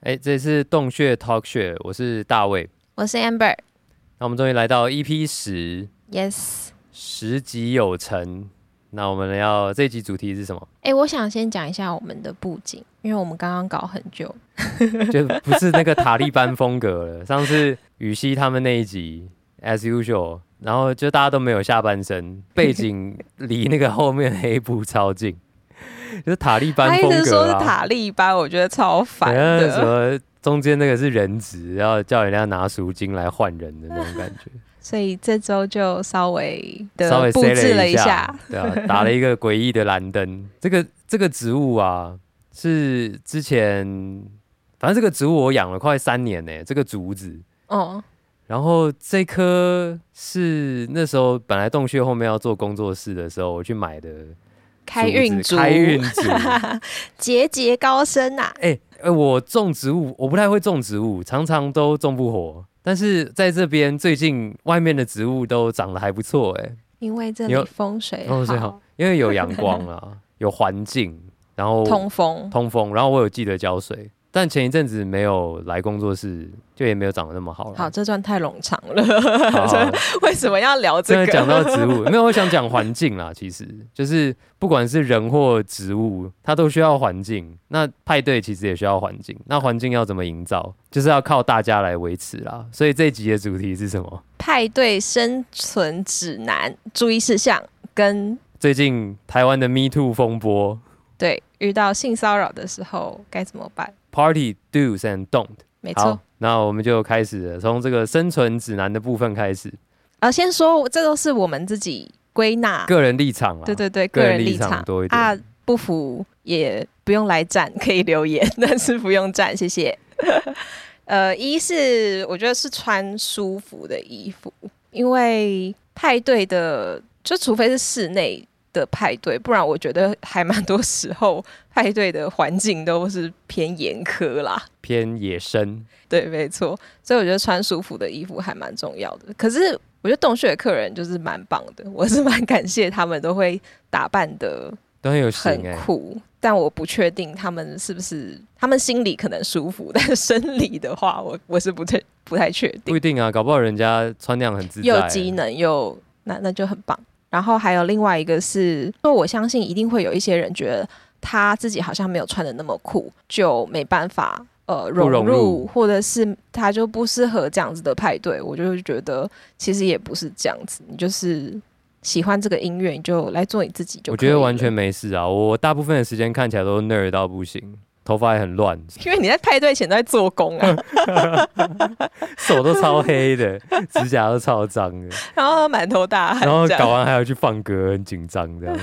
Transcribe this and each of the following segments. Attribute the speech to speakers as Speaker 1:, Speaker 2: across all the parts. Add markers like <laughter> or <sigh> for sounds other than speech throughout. Speaker 1: 哎，这是洞穴 Talk Show，我是大卫。
Speaker 2: 我是 Amber。
Speaker 1: 那我们终于来到 EP 十，
Speaker 2: Yes，
Speaker 1: 十集有成。那我们要这一集主题是什么？
Speaker 2: 哎、我想先讲一下我们的布景，因为我们刚刚搞很久。
Speaker 1: 就不是那个塔利班风格了。上次雨熙他们那一集，as usual，然后就大家都没有下半身，背景离那个后面黑布超近，就是塔利班
Speaker 2: 他一
Speaker 1: 风
Speaker 2: 直说
Speaker 1: 格
Speaker 2: 是
Speaker 1: 啦。
Speaker 2: 塔利班，我觉得超烦
Speaker 1: 等一下什
Speaker 2: 的。
Speaker 1: 么中间那个是人质，然后叫人家拿赎金来换人的那种感觉。
Speaker 2: 所以这周就稍微
Speaker 1: 稍
Speaker 2: 的
Speaker 1: 微
Speaker 2: 布置
Speaker 1: 塞了
Speaker 2: 一
Speaker 1: 下， <laughs> 对啊，打了一个诡异的蓝灯。这个这个植物啊，是之前反正这个植物我养了快三年呢、这个竹子。
Speaker 2: 哦，
Speaker 1: 然后这棵是那时候本来洞穴后面要做工作室的时候，我去买的竹子
Speaker 2: 开运竹，
Speaker 1: 开
Speaker 2: <laughs>
Speaker 1: 运竹。
Speaker 2: 节节高升啊呐、
Speaker 1: 哎、呃我种植物，我不太会种植物，常常都种不活。但是在这边最近外面的植物都长得还不错、哎。
Speaker 2: 因为这
Speaker 1: 你有
Speaker 2: 里风水好，
Speaker 1: 哦，最好，因为有阳光
Speaker 2: <laughs>
Speaker 1: 啦，有环境，然后
Speaker 2: 通风。
Speaker 1: 通风，然后我有记得浇水，但前一阵子没有来工作室，就也没有长得那么好了。
Speaker 2: 好，这段太冗长了，
Speaker 1: 好，好
Speaker 2: 为什么要聊这
Speaker 1: 真的
Speaker 2: 个？
Speaker 1: 讲到植物，没有，我想讲环境啦。其实就是不管是人或植物，它都需要环境。那派对其实也需要环境，那环境要怎么营造，就是要靠大家来维持啦。所以这一集的主题是什么？
Speaker 2: <laughs> 派对生存指南注意事项跟
Speaker 1: 最近台湾的 Me Too 风波
Speaker 2: 对遇到性骚扰的时候该怎么办？
Speaker 1: ，Party Do's and Don't。
Speaker 2: 没错
Speaker 1: 好，，那我们就开始了从这个生存指南的部分开始，
Speaker 2: 啊，先说我这都是我们自己归纳，
Speaker 1: 个人立场啊啦，
Speaker 2: 啊对对对，
Speaker 1: 个
Speaker 2: 个
Speaker 1: 人
Speaker 2: 人
Speaker 1: 立
Speaker 2: 立
Speaker 1: 场
Speaker 2: 场
Speaker 1: 多一点
Speaker 2: 啊，不服也不用来站，可以留言， <laughs> 但是不用站，谢谢。 <laughs> 呃，一是我觉得是穿舒服的衣服，因为派对的，就除非是室内的派对，不然我觉得还蛮多时候派对的环境都是偏严苛啦。
Speaker 1: 偏野生，
Speaker 2: 对，没错，所以我觉得穿舒服的衣服还蛮重要的。可是我觉得洞穴的客人就是蛮棒的，我是蛮感谢他们都会打扮的
Speaker 1: 都很有型
Speaker 2: 很
Speaker 1: 哎、
Speaker 2: 酷，但我不确定他们是不是他们心里可能舒服，但是生理的话，我我是不太不太确
Speaker 1: 不
Speaker 2: 定，
Speaker 1: 一定啊，搞不好人家穿那样很自在、欸
Speaker 2: 又机能又那那就很棒。然后还有另外一个是，因为我相信一定会有一些人觉得他自己好像没有穿的那么酷，就没办法呃
Speaker 1: 不
Speaker 2: 融
Speaker 1: 融入
Speaker 2: 或者是他就不适合这样子的派对。我就会觉得其实也不是这样子，你就是喜欢这个音乐，你就来做你自己就
Speaker 1: 我
Speaker 2: 可
Speaker 1: 觉
Speaker 2: 以
Speaker 1: 得
Speaker 2: 了
Speaker 1: 完全没事啊，我大部分的时间看起来都 nerd 到不行，头发也很乱， <laughs>
Speaker 2: 因为你在派对前都在做工啊，
Speaker 1: 手都超黑
Speaker 2: <laughs>
Speaker 1: 的，指甲都超脏的，
Speaker 2: 然后满头大汗
Speaker 1: 然后
Speaker 2: 这
Speaker 1: 搞
Speaker 2: 样。
Speaker 1: 完还要去放歌，很紧张这样。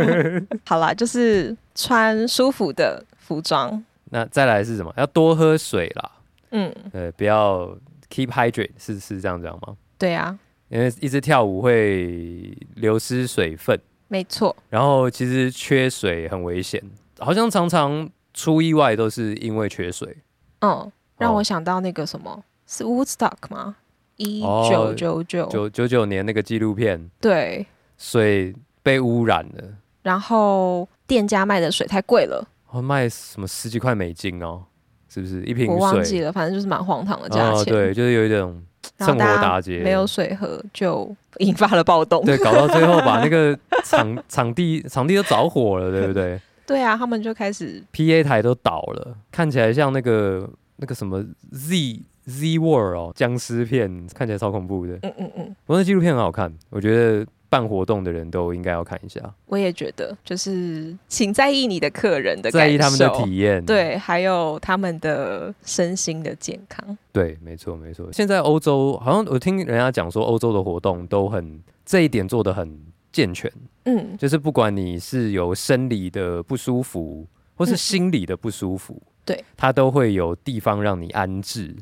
Speaker 1: <laughs>
Speaker 2: 好啦，就是穿舒服的服装，
Speaker 1: 那再来是什么？要多喝水啦，
Speaker 2: 嗯，
Speaker 1: 呃，不要 keep hydrate，是是这样讲吗？
Speaker 2: 对啊，
Speaker 1: 因为一直跳舞会流失水分，
Speaker 2: 没错，
Speaker 1: 然后其实缺水很危险，好像常常出意外都是因为缺水。
Speaker 2: 嗯，让我
Speaker 1: 哦
Speaker 2: 想到那个什么、是 Woodstock 吗？一
Speaker 1: 哦
Speaker 2: 九九九，
Speaker 1: 九九九年那个纪录片，
Speaker 2: 对，
Speaker 1: 水被污染了，
Speaker 2: 然后店家卖的水太贵了，
Speaker 1: 哦，卖什么十几块美金哦，是不是一瓶
Speaker 2: 我忘记
Speaker 1: 水？
Speaker 2: 了，反正就是蛮荒唐的价
Speaker 1: 哦，
Speaker 2: 钱。
Speaker 1: 对，就是有一种
Speaker 2: 然
Speaker 1: 趁
Speaker 2: 后
Speaker 1: 火
Speaker 2: 大家
Speaker 1: 打劫
Speaker 2: 没有水喝就引发了暴动。
Speaker 1: 对，搞到最后把那个场 <laughs> 场地场地都着火了，对不对
Speaker 2: 对啊，他们就开始
Speaker 1: ？PA 台都倒了，看起来像那个那个什么 Z Z World 哦，僵尸片，看起来超恐怖的。
Speaker 2: 嗯嗯嗯，
Speaker 1: 不过那纪录片很好看，我觉得办活动的人都应该要看一下，
Speaker 2: 我也觉得就是请在意你的客人的
Speaker 1: 在意他们的
Speaker 2: 呃感受
Speaker 1: 体验。
Speaker 2: 对，还有他们的身心的健康。
Speaker 1: 对，没错没错。现在欧洲好像我听人家讲说，欧洲的活动都很这一点做的很健全，
Speaker 2: 嗯，
Speaker 1: 就是不管你是有生理的不舒服，或是心理的不舒服，
Speaker 2: 对，
Speaker 1: 它都会有地方让你安置，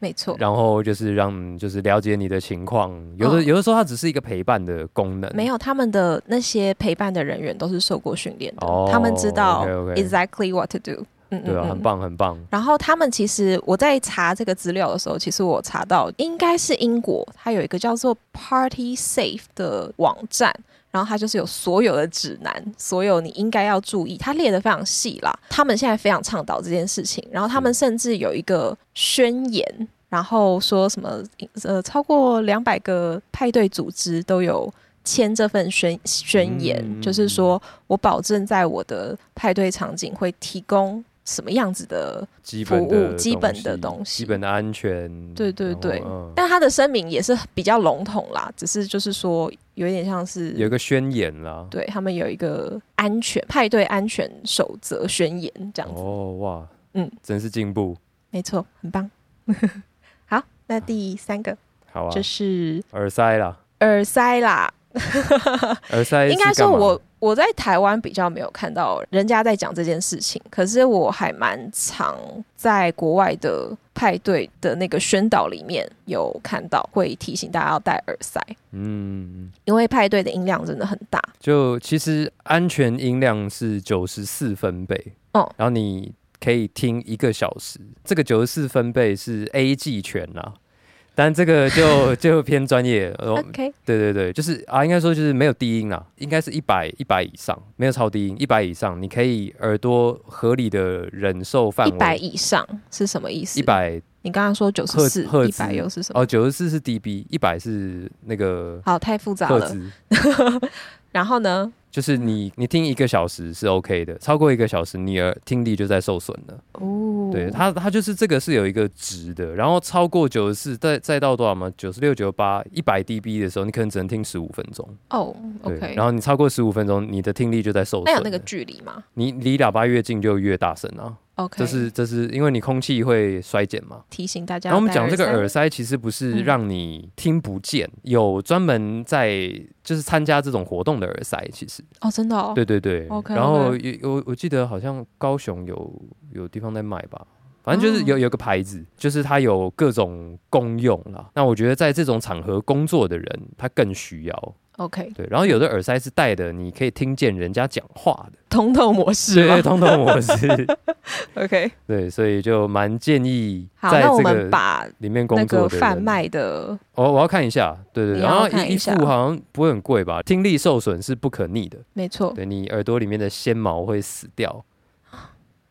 Speaker 2: 没错，
Speaker 1: 然后就是让就是了解你的情况。有的、
Speaker 2: 嗯
Speaker 1: 有的时候它只是一个陪伴的功能，
Speaker 2: 没有他们的那些陪伴的人员都是受过训练的，
Speaker 1: 哦
Speaker 2: 他们知道
Speaker 1: OK，OK
Speaker 2: exactly what to do。嗯
Speaker 1: 对啊，很。棒很棒。
Speaker 2: 然后他们其实我在查这个资料的时候，其实我查到应该是英国，它有一个叫做 Party Safe 的网站，然后它就是有所有的指南，所有你应该要注意，它列得非常细啦。他们现在非常倡导这件事情，然后他们甚至有一个宣言，然后说什么呃，超过两百个派对组织都有。签这份宣宣言，
Speaker 1: 嗯
Speaker 2: 就是说我保证在我的派对场景会提供什么样子的
Speaker 1: 基
Speaker 2: 服
Speaker 1: 本的
Speaker 2: 务基本的
Speaker 1: 东
Speaker 2: 东
Speaker 1: 西，基
Speaker 2: 西
Speaker 1: 本的安全。
Speaker 2: 对对
Speaker 1: 然后
Speaker 2: 对
Speaker 1: 嗯
Speaker 2: 但他的声明也是比较笼统啦，只是就是说有点像
Speaker 1: 有一
Speaker 2: 是
Speaker 1: 个宣言啦。
Speaker 2: 对他们有一个安全派对安全守则宣言这样子，
Speaker 1: 哦哇，嗯
Speaker 2: 嗯，
Speaker 1: 真是进步，
Speaker 2: 没错，很棒。 <laughs> 好，那第三个
Speaker 1: 好啊
Speaker 2: 就。是
Speaker 1: 耳塞啦，
Speaker 2: 耳塞啦，
Speaker 1: 耳塞
Speaker 2: 应该
Speaker 1: 是
Speaker 2: 说
Speaker 1: 干嘛
Speaker 2: 我我在台湾比较没有看到人家在讲这件事情，可是我还蛮常在国外的派对的那个宣导里面有看到，会提醒大家要戴耳塞，
Speaker 1: 嗯，
Speaker 2: 因为派对的音量真的很大。
Speaker 1: 就其实安全音量是九十四分贝，
Speaker 2: 哦
Speaker 1: 然后你可以听一个小时。这个九十四分贝是 A 季全啦，但这个就 <laughs> 就偏专业。呃
Speaker 2: OK，
Speaker 1: 对对对，就是啊，应该说就是没有低音啦，应该是一百一百以上，没有超低音，一百以上，你可以耳朵合理的忍受范
Speaker 2: 一
Speaker 1: 围。
Speaker 2: 百以上是什么意思？
Speaker 1: 一，百
Speaker 2: 你刚刚说九十
Speaker 1: 赫兹
Speaker 2: 四
Speaker 1: 赫，
Speaker 2: 一
Speaker 1: 兹
Speaker 2: 百又是什么？
Speaker 1: 哦，九十四是 dB，一百是那个
Speaker 2: 好，太复杂
Speaker 1: 赫
Speaker 2: 了。嗯
Speaker 1: 兹，
Speaker 2: <laughs> 然后呢？
Speaker 1: 就是你你听一个小时是 OK 的，超过一个小时你耳听力就在受损了。
Speaker 2: 哦，
Speaker 1: 对，它，它就是这个是有一个值的，然后超过九十四，再再到多少吗？九十六、九八、一百 dB 的时候，你可能只能听十五分钟。
Speaker 2: 哦
Speaker 1: 对
Speaker 2: ，OK。
Speaker 1: 然后你超过十五分钟，你的听力就在受损了。
Speaker 2: 那有那个距离吗
Speaker 1: 你离喇叭越近就越大声啊，
Speaker 2: ？OK，
Speaker 1: 这是这是因为你空气会衰减嘛。
Speaker 2: 提醒大家。
Speaker 1: 然后我们讲这个耳
Speaker 2: 啊塞，
Speaker 1: 塞，其实不是
Speaker 2: 嗯
Speaker 1: 让你听不见，有专门在就是参加这种活动的耳塞，其实
Speaker 2: 哦，真的哦。
Speaker 1: 对对对
Speaker 2: OK，OK
Speaker 1: 然后有有我记得好像高雄有有地方在卖吧，反正就是有
Speaker 2: 哦
Speaker 1: 有个牌子，就是它有各种功用啦。那我觉得在这种场合工作的人，他更需要
Speaker 2: OK，
Speaker 1: 对。然后有的耳塞是戴的，你可以听见人家讲话的，
Speaker 2: 通透模式
Speaker 1: 对
Speaker 2: 吗
Speaker 1: 对，通透模式，
Speaker 2: ？OK，
Speaker 1: 对，所以就蛮建议
Speaker 2: 好，
Speaker 1: 在
Speaker 2: 那我
Speaker 1: 这
Speaker 2: 们
Speaker 1: 个
Speaker 2: 把
Speaker 1: 里面工
Speaker 2: 那
Speaker 1: 作
Speaker 2: 个
Speaker 1: 的
Speaker 2: 贩
Speaker 1: 人。
Speaker 2: 卖的
Speaker 1: 哦，我要看一下，对对对，
Speaker 2: 你
Speaker 1: 然
Speaker 2: 要
Speaker 1: 后
Speaker 2: 看
Speaker 1: 一
Speaker 2: 一
Speaker 1: 一
Speaker 2: 下
Speaker 1: 副好像不会很贵吧？听力受损是不可逆的。
Speaker 2: 没错，
Speaker 1: 对你耳朵里面的纤毛会死掉，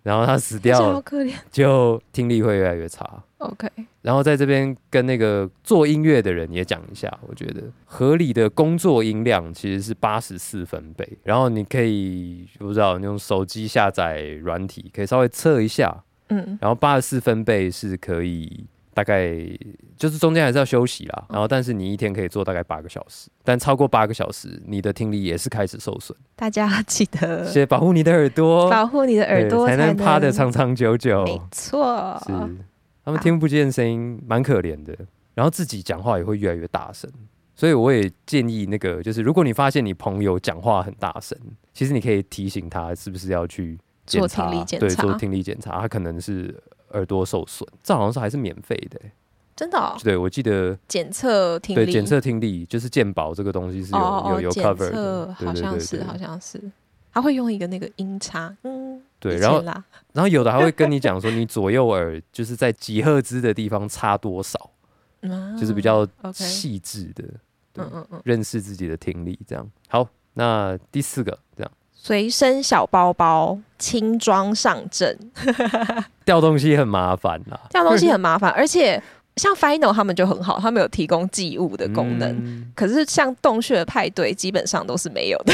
Speaker 1: 然后它死
Speaker 2: 非常
Speaker 1: 掉
Speaker 2: 好可怜。
Speaker 1: 就听力会越来越差。
Speaker 2: OK，
Speaker 1: 然后在这边跟那个做音乐的人也讲一下，我觉得合理的工作音量其实是八十四分贝，然后你可以我不知道你用手机下载软体可以稍微测一下，
Speaker 2: 嗯，
Speaker 1: 然后八十四分贝是可以。大概就是中间还是要休息啦，然
Speaker 2: 嗯
Speaker 1: 后但是你一天可以做大概八个小时，但超过八个小时，你的听力也是开始受损。
Speaker 2: 大家记得
Speaker 1: 先保护你的耳朵，
Speaker 2: 保护你的耳
Speaker 1: 对
Speaker 2: 朵，
Speaker 1: 才
Speaker 2: 能
Speaker 1: 能趴得长长久久。
Speaker 2: 没错，
Speaker 1: 是，他们听不见声音，蛮可怜的。然后自己讲话也会越来越大声，所以我也建议那个，就是如果你发现你朋友讲话很大声，其实你可以提醒他是不是要去检
Speaker 2: 做
Speaker 1: 查，
Speaker 2: 听力检
Speaker 1: 对，
Speaker 2: 查
Speaker 1: 做听力检查，他可能是耳朵受损，这好像是还是免费的、
Speaker 2: 真的哦，
Speaker 1: 对，我记得
Speaker 2: 检测听
Speaker 1: 对
Speaker 2: 力，
Speaker 1: 检测听力就是健保这个东西是有、
Speaker 2: 哦哦
Speaker 1: 有有
Speaker 2: 检
Speaker 1: cover
Speaker 2: 测
Speaker 1: 的，对
Speaker 2: 好
Speaker 1: 对
Speaker 2: 像
Speaker 1: 对
Speaker 2: 是
Speaker 1: 对
Speaker 2: 好像是，他会用一个那个音叉，嗯，
Speaker 1: 对，
Speaker 2: 以
Speaker 1: 然后
Speaker 2: 前啦
Speaker 1: 然后有的还会跟你讲说，你左右耳就是在几赫兹的地方差多少，
Speaker 2: <laughs> 嗯
Speaker 1: 就是比较
Speaker 2: OK，
Speaker 1: 细致的对
Speaker 2: 嗯嗯嗯，
Speaker 1: 认识自己的听力。这样好，那第四个这样
Speaker 2: 随身小包包轻装上阵，
Speaker 1: 掉东西很麻烦啦，
Speaker 2: 这样东西很麻烦，而且像 Final 他们就很好，他们有提供寄物的功能。
Speaker 1: 能
Speaker 2: 可是像洞穴的派对基本上都是没有的，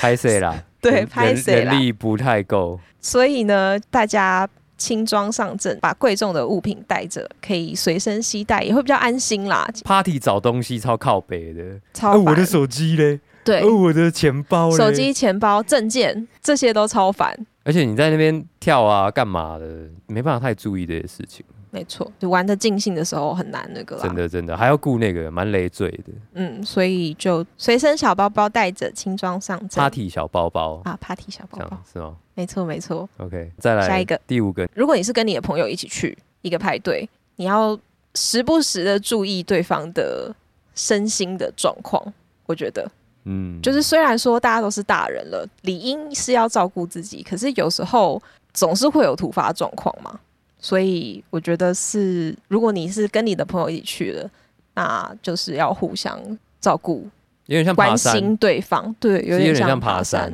Speaker 1: 拍谁啦？
Speaker 2: <laughs> 对
Speaker 1: 人嗯
Speaker 2: 拍
Speaker 1: 人
Speaker 2: 摄啦
Speaker 1: 人力不太够，
Speaker 2: 所以呢，大家轻装上阵，把贵重的物品带着，可以随身携带，也会比较安心啦。
Speaker 1: party 找东西超靠北的。
Speaker 2: 超
Speaker 1: 啊
Speaker 2: 烦、
Speaker 1: 手机嘞，
Speaker 2: 对，
Speaker 1: 哦我的钱包
Speaker 2: 手机、钱包、证件这些都超烦。
Speaker 1: 而且你在那边跳啊干嘛的，没办法太注意这些事情，
Speaker 2: 没错，就玩的尽兴的时候很难那个
Speaker 1: 真
Speaker 2: 啦。
Speaker 1: 的真的还要顾那个蛮累赘的
Speaker 2: 嗯，所以就随身小包包带着，轻装上阵。
Speaker 1: party 小包包，
Speaker 2: 啊，party 小包
Speaker 1: 这
Speaker 2: 包
Speaker 1: 样，是吗？
Speaker 2: 没错没错。
Speaker 1: OK，再来
Speaker 2: 下一个
Speaker 1: 第五个，
Speaker 2: 如果你是跟你的朋友一起去一个派对，你要时不时的注意对方的身心的状况。我觉得，
Speaker 1: 嗯，
Speaker 2: 就是虽然说大家都是大人了，理应是要照顾自己，可是有时候总是会有突发状况嘛。所以我觉得是，如果你是跟你的朋友一起去的，那就是要互相照顾、
Speaker 1: 有点像爬
Speaker 2: 关
Speaker 1: 山，
Speaker 2: 心对方，对，
Speaker 1: 其实
Speaker 2: 点
Speaker 1: 点像
Speaker 2: 爬
Speaker 1: 山，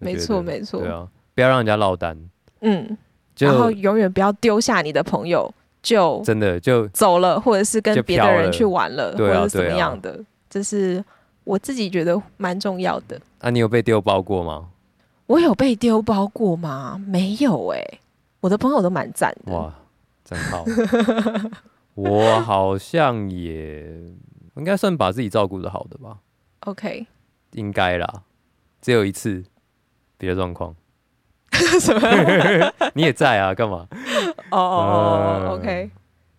Speaker 1: 我
Speaker 2: 没
Speaker 1: 觉
Speaker 2: 错
Speaker 1: 得
Speaker 2: 没错
Speaker 1: 对啊，不要让人家落单，
Speaker 2: 嗯，
Speaker 1: 就
Speaker 2: 然后永远不要丢下你的朋友就
Speaker 1: 真的就
Speaker 2: 走了，或者是跟
Speaker 1: 就
Speaker 2: 别的
Speaker 1: 飘
Speaker 2: 人
Speaker 1: 了
Speaker 2: 去玩了，
Speaker 1: 对啊
Speaker 2: 或者是怎
Speaker 1: 对
Speaker 2: 么
Speaker 1: 啊
Speaker 2: 样的，这是我自己觉得蛮重要的。
Speaker 1: 啊，你有被丢包过吗？
Speaker 2: 我有被丢包过吗？没有哎、我的朋友都蛮赞的。
Speaker 1: 哇，真好， <laughs> 我好像也应该算把自己照顾的好的吧，
Speaker 2: OK， <laughs>
Speaker 1: 应该啦，只有一次别的状况，
Speaker 2: 什么？
Speaker 1: 你也在啊，干嘛？
Speaker 2: 哦哦
Speaker 1: 嗯 <laughs>
Speaker 2: 哦，OK，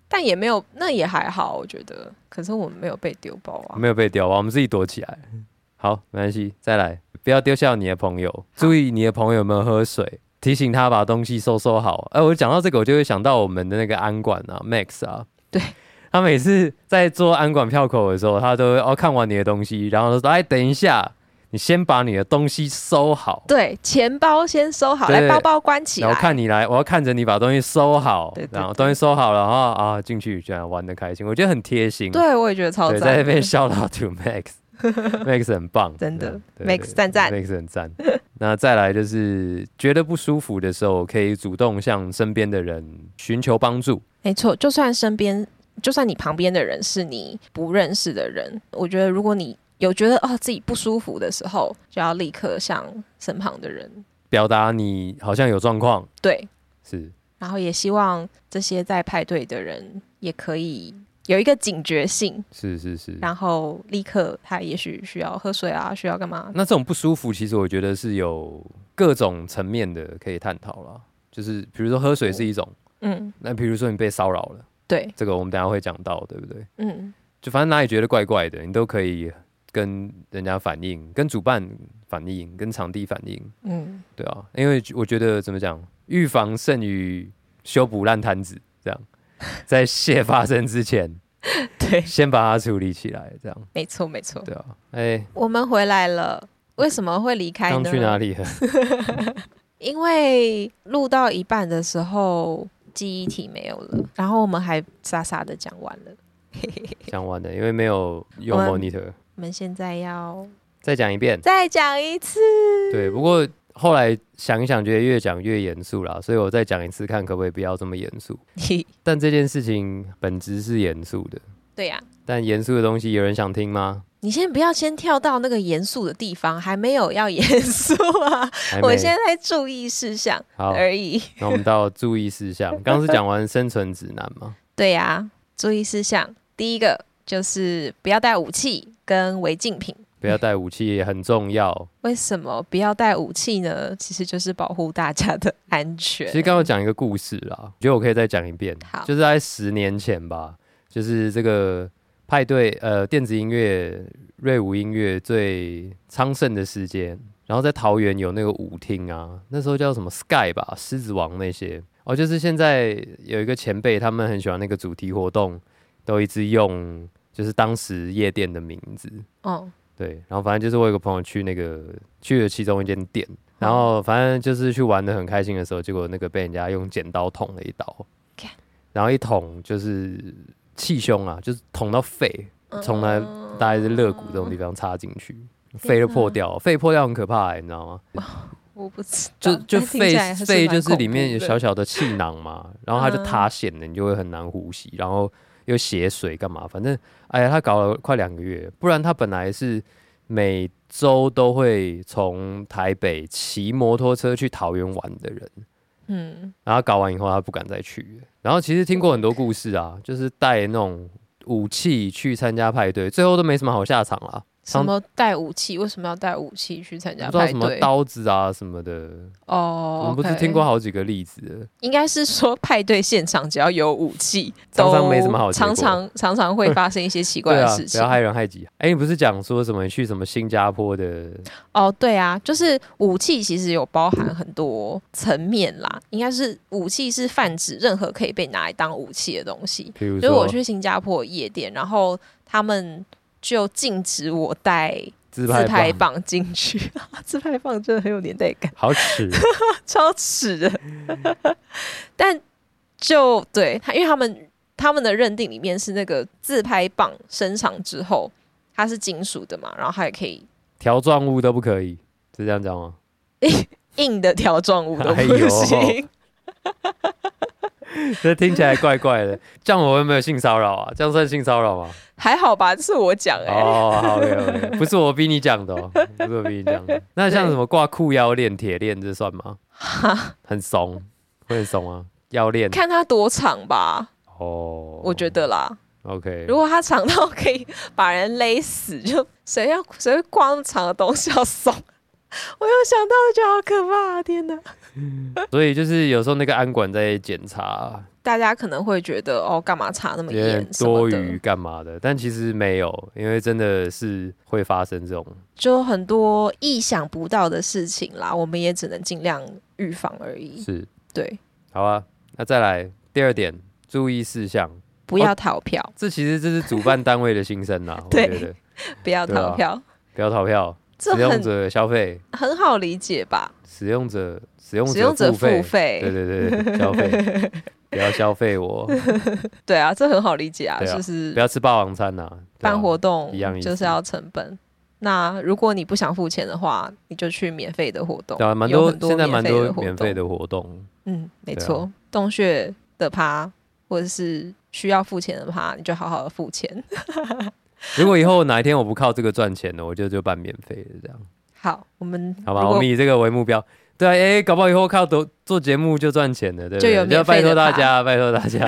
Speaker 2: 但也没有，那也还好，我觉得。可是我们没有被丢包啊。
Speaker 1: 没有被丢吧？我们自己躲起来。
Speaker 2: 嗯
Speaker 1: 好，没关系，再来，不要丢下你的朋友，注意你的朋友有没有喝水，提醒他把东西收收好。哎、我讲到这个，我就会想到我们的那个安管啊，Max 啊，
Speaker 2: 对。
Speaker 1: 他每次在做安管票口的时候，他都会哦看完你的东西，然后他说：“哎，等一下，你先把你的东西收好，
Speaker 2: 对，钱包先收好，
Speaker 1: 对
Speaker 2: 来，包包关起
Speaker 1: 然后
Speaker 2: 来。
Speaker 1: 看你来，我要看着你把东西收好，
Speaker 2: 对对
Speaker 1: 然后
Speaker 2: 对
Speaker 1: 东西收好了，然后啊进去，这样玩的开心，我觉得很贴心。
Speaker 2: 对，我也觉得超
Speaker 1: 对，
Speaker 2: 赞
Speaker 1: 在
Speaker 2: 的。
Speaker 1: 那边 shout out to
Speaker 2: <laughs>
Speaker 1: Max，Max 很棒，
Speaker 2: 真的
Speaker 1: 对对
Speaker 2: Max 赞赞
Speaker 1: ，Max 很赞。那再来就是觉得不舒服的时候，可以主动向身边的人寻求帮助。
Speaker 2: 没错，就算身边，就算你旁边的人是你不认识的人，我觉得如果你有觉得哦自己不舒服的时候，就要立刻向身旁的人
Speaker 1: 表达你好像有状况，
Speaker 2: 对，
Speaker 1: 是
Speaker 2: 然后也希望这些在派对的人也可以有一个警觉性，
Speaker 1: 是是是。
Speaker 2: 然后立刻他也许需要喝水啊，需要干嘛？
Speaker 1: 那这种不舒服，其实我觉得是有各种层面的可以探讨啦。就是比如说喝水是一种，
Speaker 2: 嗯，
Speaker 1: 那比如说你被骚扰了，
Speaker 2: 对，
Speaker 1: 这个我们等一下会讲到，对不对？
Speaker 2: 嗯，
Speaker 1: 就反正哪里觉得怪怪的，你都可以跟人家反映，跟主办反映，跟场地反映，
Speaker 2: 嗯，
Speaker 1: 对啊，因为我觉得怎么讲，预防胜于修补烂摊子，这样 <laughs> 在泄发生之前，
Speaker 2: 对，
Speaker 1: 先把它处理起来，这样
Speaker 2: <laughs> 没错没错。
Speaker 1: 对啊，哎、
Speaker 2: 我们回来了，为什么会离开呢？
Speaker 1: 刚去哪里了？
Speaker 2: 因为录到一半的时候记忆体没有了，然后我们还傻傻的讲完了。
Speaker 1: 讲完了，因为没有用
Speaker 2: 我们
Speaker 1: monitor，
Speaker 2: 我们现在要
Speaker 1: 再讲一遍。
Speaker 2: 再讲一次，
Speaker 1: 对，不过后来想一想，觉得越讲越严肃啦，所以我再讲一次，看可不可以不要这么严肃。但这件事情本质是严肃的，
Speaker 2: <laughs> 对啊呀、
Speaker 1: 但严肃的东西有人想听吗？
Speaker 2: <laughs> 你先不要先跳到那个严肃的地方，还没有要严肃啊！
Speaker 1: 还
Speaker 2: 我
Speaker 1: 没
Speaker 2: 现在在注意事项
Speaker 1: 好，
Speaker 2: 而已。
Speaker 1: 那我们到注意事
Speaker 2: <laughs>
Speaker 1: 项。刚刚是讲完生存指南嘛？
Speaker 2: 对呀、注意事项第一个就是不要带武器跟违禁品。
Speaker 1: 不要带武器也很重要。
Speaker 2: 为什么不要带武器呢？其实就是保护大家的安全。
Speaker 1: 其实刚刚有讲一个故事啦，我觉得我可以再讲一遍
Speaker 2: 好，
Speaker 1: 就是在十年前吧，就是这个派对，呃，电子音乐、瑞舞音乐最昌盛的时间，然后在桃园有那个舞厅啊，那时候叫什么 Sky 吧，狮子王那些，哦，就是现在有一个前辈，他们很喜欢那个主题活动，都一直用就是当时夜店的名字，
Speaker 2: 哦，
Speaker 1: 对，然后反正就是我有个朋友去那个去了其中一间店，然后反正就是去玩的很开心的时候，结果那个被人家用剪刀捅了一刀
Speaker 2: 干，
Speaker 1: 然后一捅就是气胸啊，就是捅到肺，从来
Speaker 2: 嗯
Speaker 1: 大概是肋骨这种地方插进去，肺就破掉了，肺破掉很可怕、欸，你知道吗？
Speaker 2: 我不知道，
Speaker 1: 就就
Speaker 2: 但哦听起
Speaker 1: 肺
Speaker 2: 来还
Speaker 1: 肺
Speaker 2: 蛮
Speaker 1: 就是里面
Speaker 2: 恐
Speaker 1: 有
Speaker 2: 怖的
Speaker 1: 小小的气囊嘛，然后它就
Speaker 2: 嗯
Speaker 1: 塌陷了，你就会很难呼吸，然后又血水干嘛？反正哎呀，他搞了快两个月，不然他本来是每周都会从台北骑摩托车去桃园玩的人，
Speaker 2: 嗯
Speaker 1: 然后搞完以后他不敢再去了。然后其实听过很多故事啊，就是带那种武器去参加派对，最后都没什么好下场啦。
Speaker 2: 什么带武器？为什么要带武器去参
Speaker 1: 不
Speaker 2: 加
Speaker 1: 知道
Speaker 2: 派
Speaker 1: 什么
Speaker 2: 对？
Speaker 1: 刀子啊什么的，我
Speaker 2: 哦，
Speaker 1: 们不是
Speaker 2: OK
Speaker 1: 听过，好几个例子的。
Speaker 2: 应该是说派对现场只要有武器，
Speaker 1: 常常
Speaker 2: 都
Speaker 1: 没什么好结果
Speaker 2: 常常常常会发生一些奇怪的事
Speaker 1: 对啊，
Speaker 2: 情
Speaker 1: 不要。害人害己。哎、你不是讲说什么去什么新加坡的？
Speaker 2: 哦，对啊，就是武器其实有包含很多层面啦，应该是武器是泛指任何可以被拿来当武器的东西。
Speaker 1: 比如
Speaker 2: 就是
Speaker 1: 说
Speaker 2: 我去新加坡夜店，然后他们就禁止我带
Speaker 1: 自
Speaker 2: 自
Speaker 1: 拍
Speaker 2: 拍
Speaker 1: 棒
Speaker 2: 棒进去， <laughs> 自拍棒真的很有年代感，
Speaker 1: <laughs> 好耻，
Speaker 2: 超耻的。 <laughs> 但就对他，因为他们他们的认定里面是那个自拍棒伸长之后，它是金属的嘛，然后它也可以
Speaker 1: 条状物都不可以，是这样讲吗？ <laughs>
Speaker 2: 硬的条状物都
Speaker 1: 哎
Speaker 2: 不
Speaker 1: 呦
Speaker 2: 行。
Speaker 1: 这听起来怪怪的， <laughs> 这样我有没有性骚扰啊？这样算性骚扰吗？
Speaker 2: 还好吧，这是我讲哎、
Speaker 1: 哦，好，OK
Speaker 2: <laughs>
Speaker 1: OK，不是我逼你讲的哦，不是我逼你讲的。那像什么挂裤腰链、铁链，这算
Speaker 2: <laughs>
Speaker 1: 吗？很怂，会很怂啊，腰链
Speaker 2: 看它多长吧，
Speaker 1: 哦，
Speaker 2: 我觉得啦。
Speaker 1: OK，
Speaker 2: 如果它长到可以把人勒死，就谁要谁会挂那么长的东西要送？ <laughs> 我又想到就觉得好可怕、啊，天哪！
Speaker 1: 所以就是有时候那个安管在检查，
Speaker 2: 大家可能会觉得哦，干嘛查那么
Speaker 1: 有点
Speaker 2: 严什
Speaker 1: 多
Speaker 2: 么
Speaker 1: 余
Speaker 2: 的，
Speaker 1: 干嘛的，但其实没有，因为真的是会发生这种。
Speaker 2: 就很多意想不到的事情啦，我们也只能尽量预防而已。
Speaker 1: 是，
Speaker 2: 对，
Speaker 1: 好啊，那再来第二点，注意事项。
Speaker 2: 不要逃票，
Speaker 1: 这其实这是主办单位的心声
Speaker 2: <laughs>
Speaker 1: 啦，我
Speaker 2: 对
Speaker 1: 觉得
Speaker 2: 不要
Speaker 1: 对啊
Speaker 2: 逃票，
Speaker 1: 不要逃票，
Speaker 2: 这
Speaker 1: 使啊用
Speaker 2: 很
Speaker 1: 者消费，
Speaker 2: 很好理解吧？
Speaker 1: 使用者使用
Speaker 2: 使用者
Speaker 1: 者
Speaker 2: 付
Speaker 1: 费，对
Speaker 2: 费，
Speaker 1: 对对，消费，
Speaker 2: <laughs>
Speaker 1: 不要消费我，
Speaker 2: 对啊，这很好理解啊，
Speaker 1: 对啊
Speaker 2: 就是
Speaker 1: 不要吃霸王餐呐，对啊
Speaker 2: 办活动
Speaker 1: 一样意思
Speaker 2: 就是要成本。那如果你不想付钱的话，你就去免费的活动。
Speaker 1: 对啊，蛮
Speaker 2: 有
Speaker 1: 多现
Speaker 2: 很
Speaker 1: 在蛮多免
Speaker 2: 免
Speaker 1: 费
Speaker 2: 费的
Speaker 1: 的活
Speaker 2: 活动。
Speaker 1: 动，
Speaker 2: 嗯，没
Speaker 1: 对啊
Speaker 2: 错，洞穴的趴或者是需要付钱的趴，你就好好的付钱。
Speaker 1: 如果以后哪一天我不靠这个赚钱了，我就就办免费的这样，
Speaker 2: 好，我们
Speaker 1: 好吧？
Speaker 2: 如
Speaker 1: 我
Speaker 2: 果
Speaker 1: 们以这个为目标。对啊，哎，搞不好以后靠做做节目就赚钱了，对不
Speaker 2: 就
Speaker 1: 对？
Speaker 2: 有免
Speaker 1: 要拜
Speaker 2: 费的
Speaker 1: 托大
Speaker 2: 吧
Speaker 1: 家，拜托大
Speaker 2: <laughs>
Speaker 1: 家，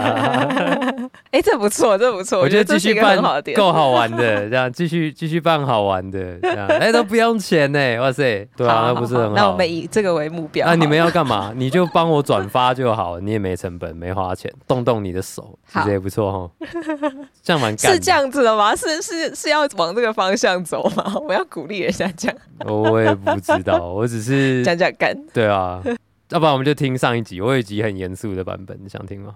Speaker 2: 哎、这不错，这不错，
Speaker 1: 我
Speaker 2: 觉得
Speaker 1: 继
Speaker 2: 这是一
Speaker 1: 续
Speaker 2: 个很
Speaker 1: 办
Speaker 2: 好的点。
Speaker 1: 够好玩的，这样继续继续办好玩的，这样哎都不用钱呢，哇塞，对
Speaker 2: 好
Speaker 1: 啊，那不是
Speaker 2: 好
Speaker 1: 很好？
Speaker 2: 那我们以这个为目标。
Speaker 1: 那你们
Speaker 2: 好
Speaker 1: 要干嘛？你就帮我转发就好，你也没成本，没花钱，动动你的手，其
Speaker 2: 好
Speaker 1: 实也不错哦。这样蛮
Speaker 2: 了
Speaker 1: 干。
Speaker 2: 是这，样子的吗？是是是要往这个方向走吗？ <laughs> 我要鼓励人家这样
Speaker 1: 我我也不知道，
Speaker 2: <laughs>
Speaker 1: 我只是
Speaker 2: 讲讲干。
Speaker 1: 对啊，要不然我们就听上一集，我有一集很严肃的版本，你想听吗？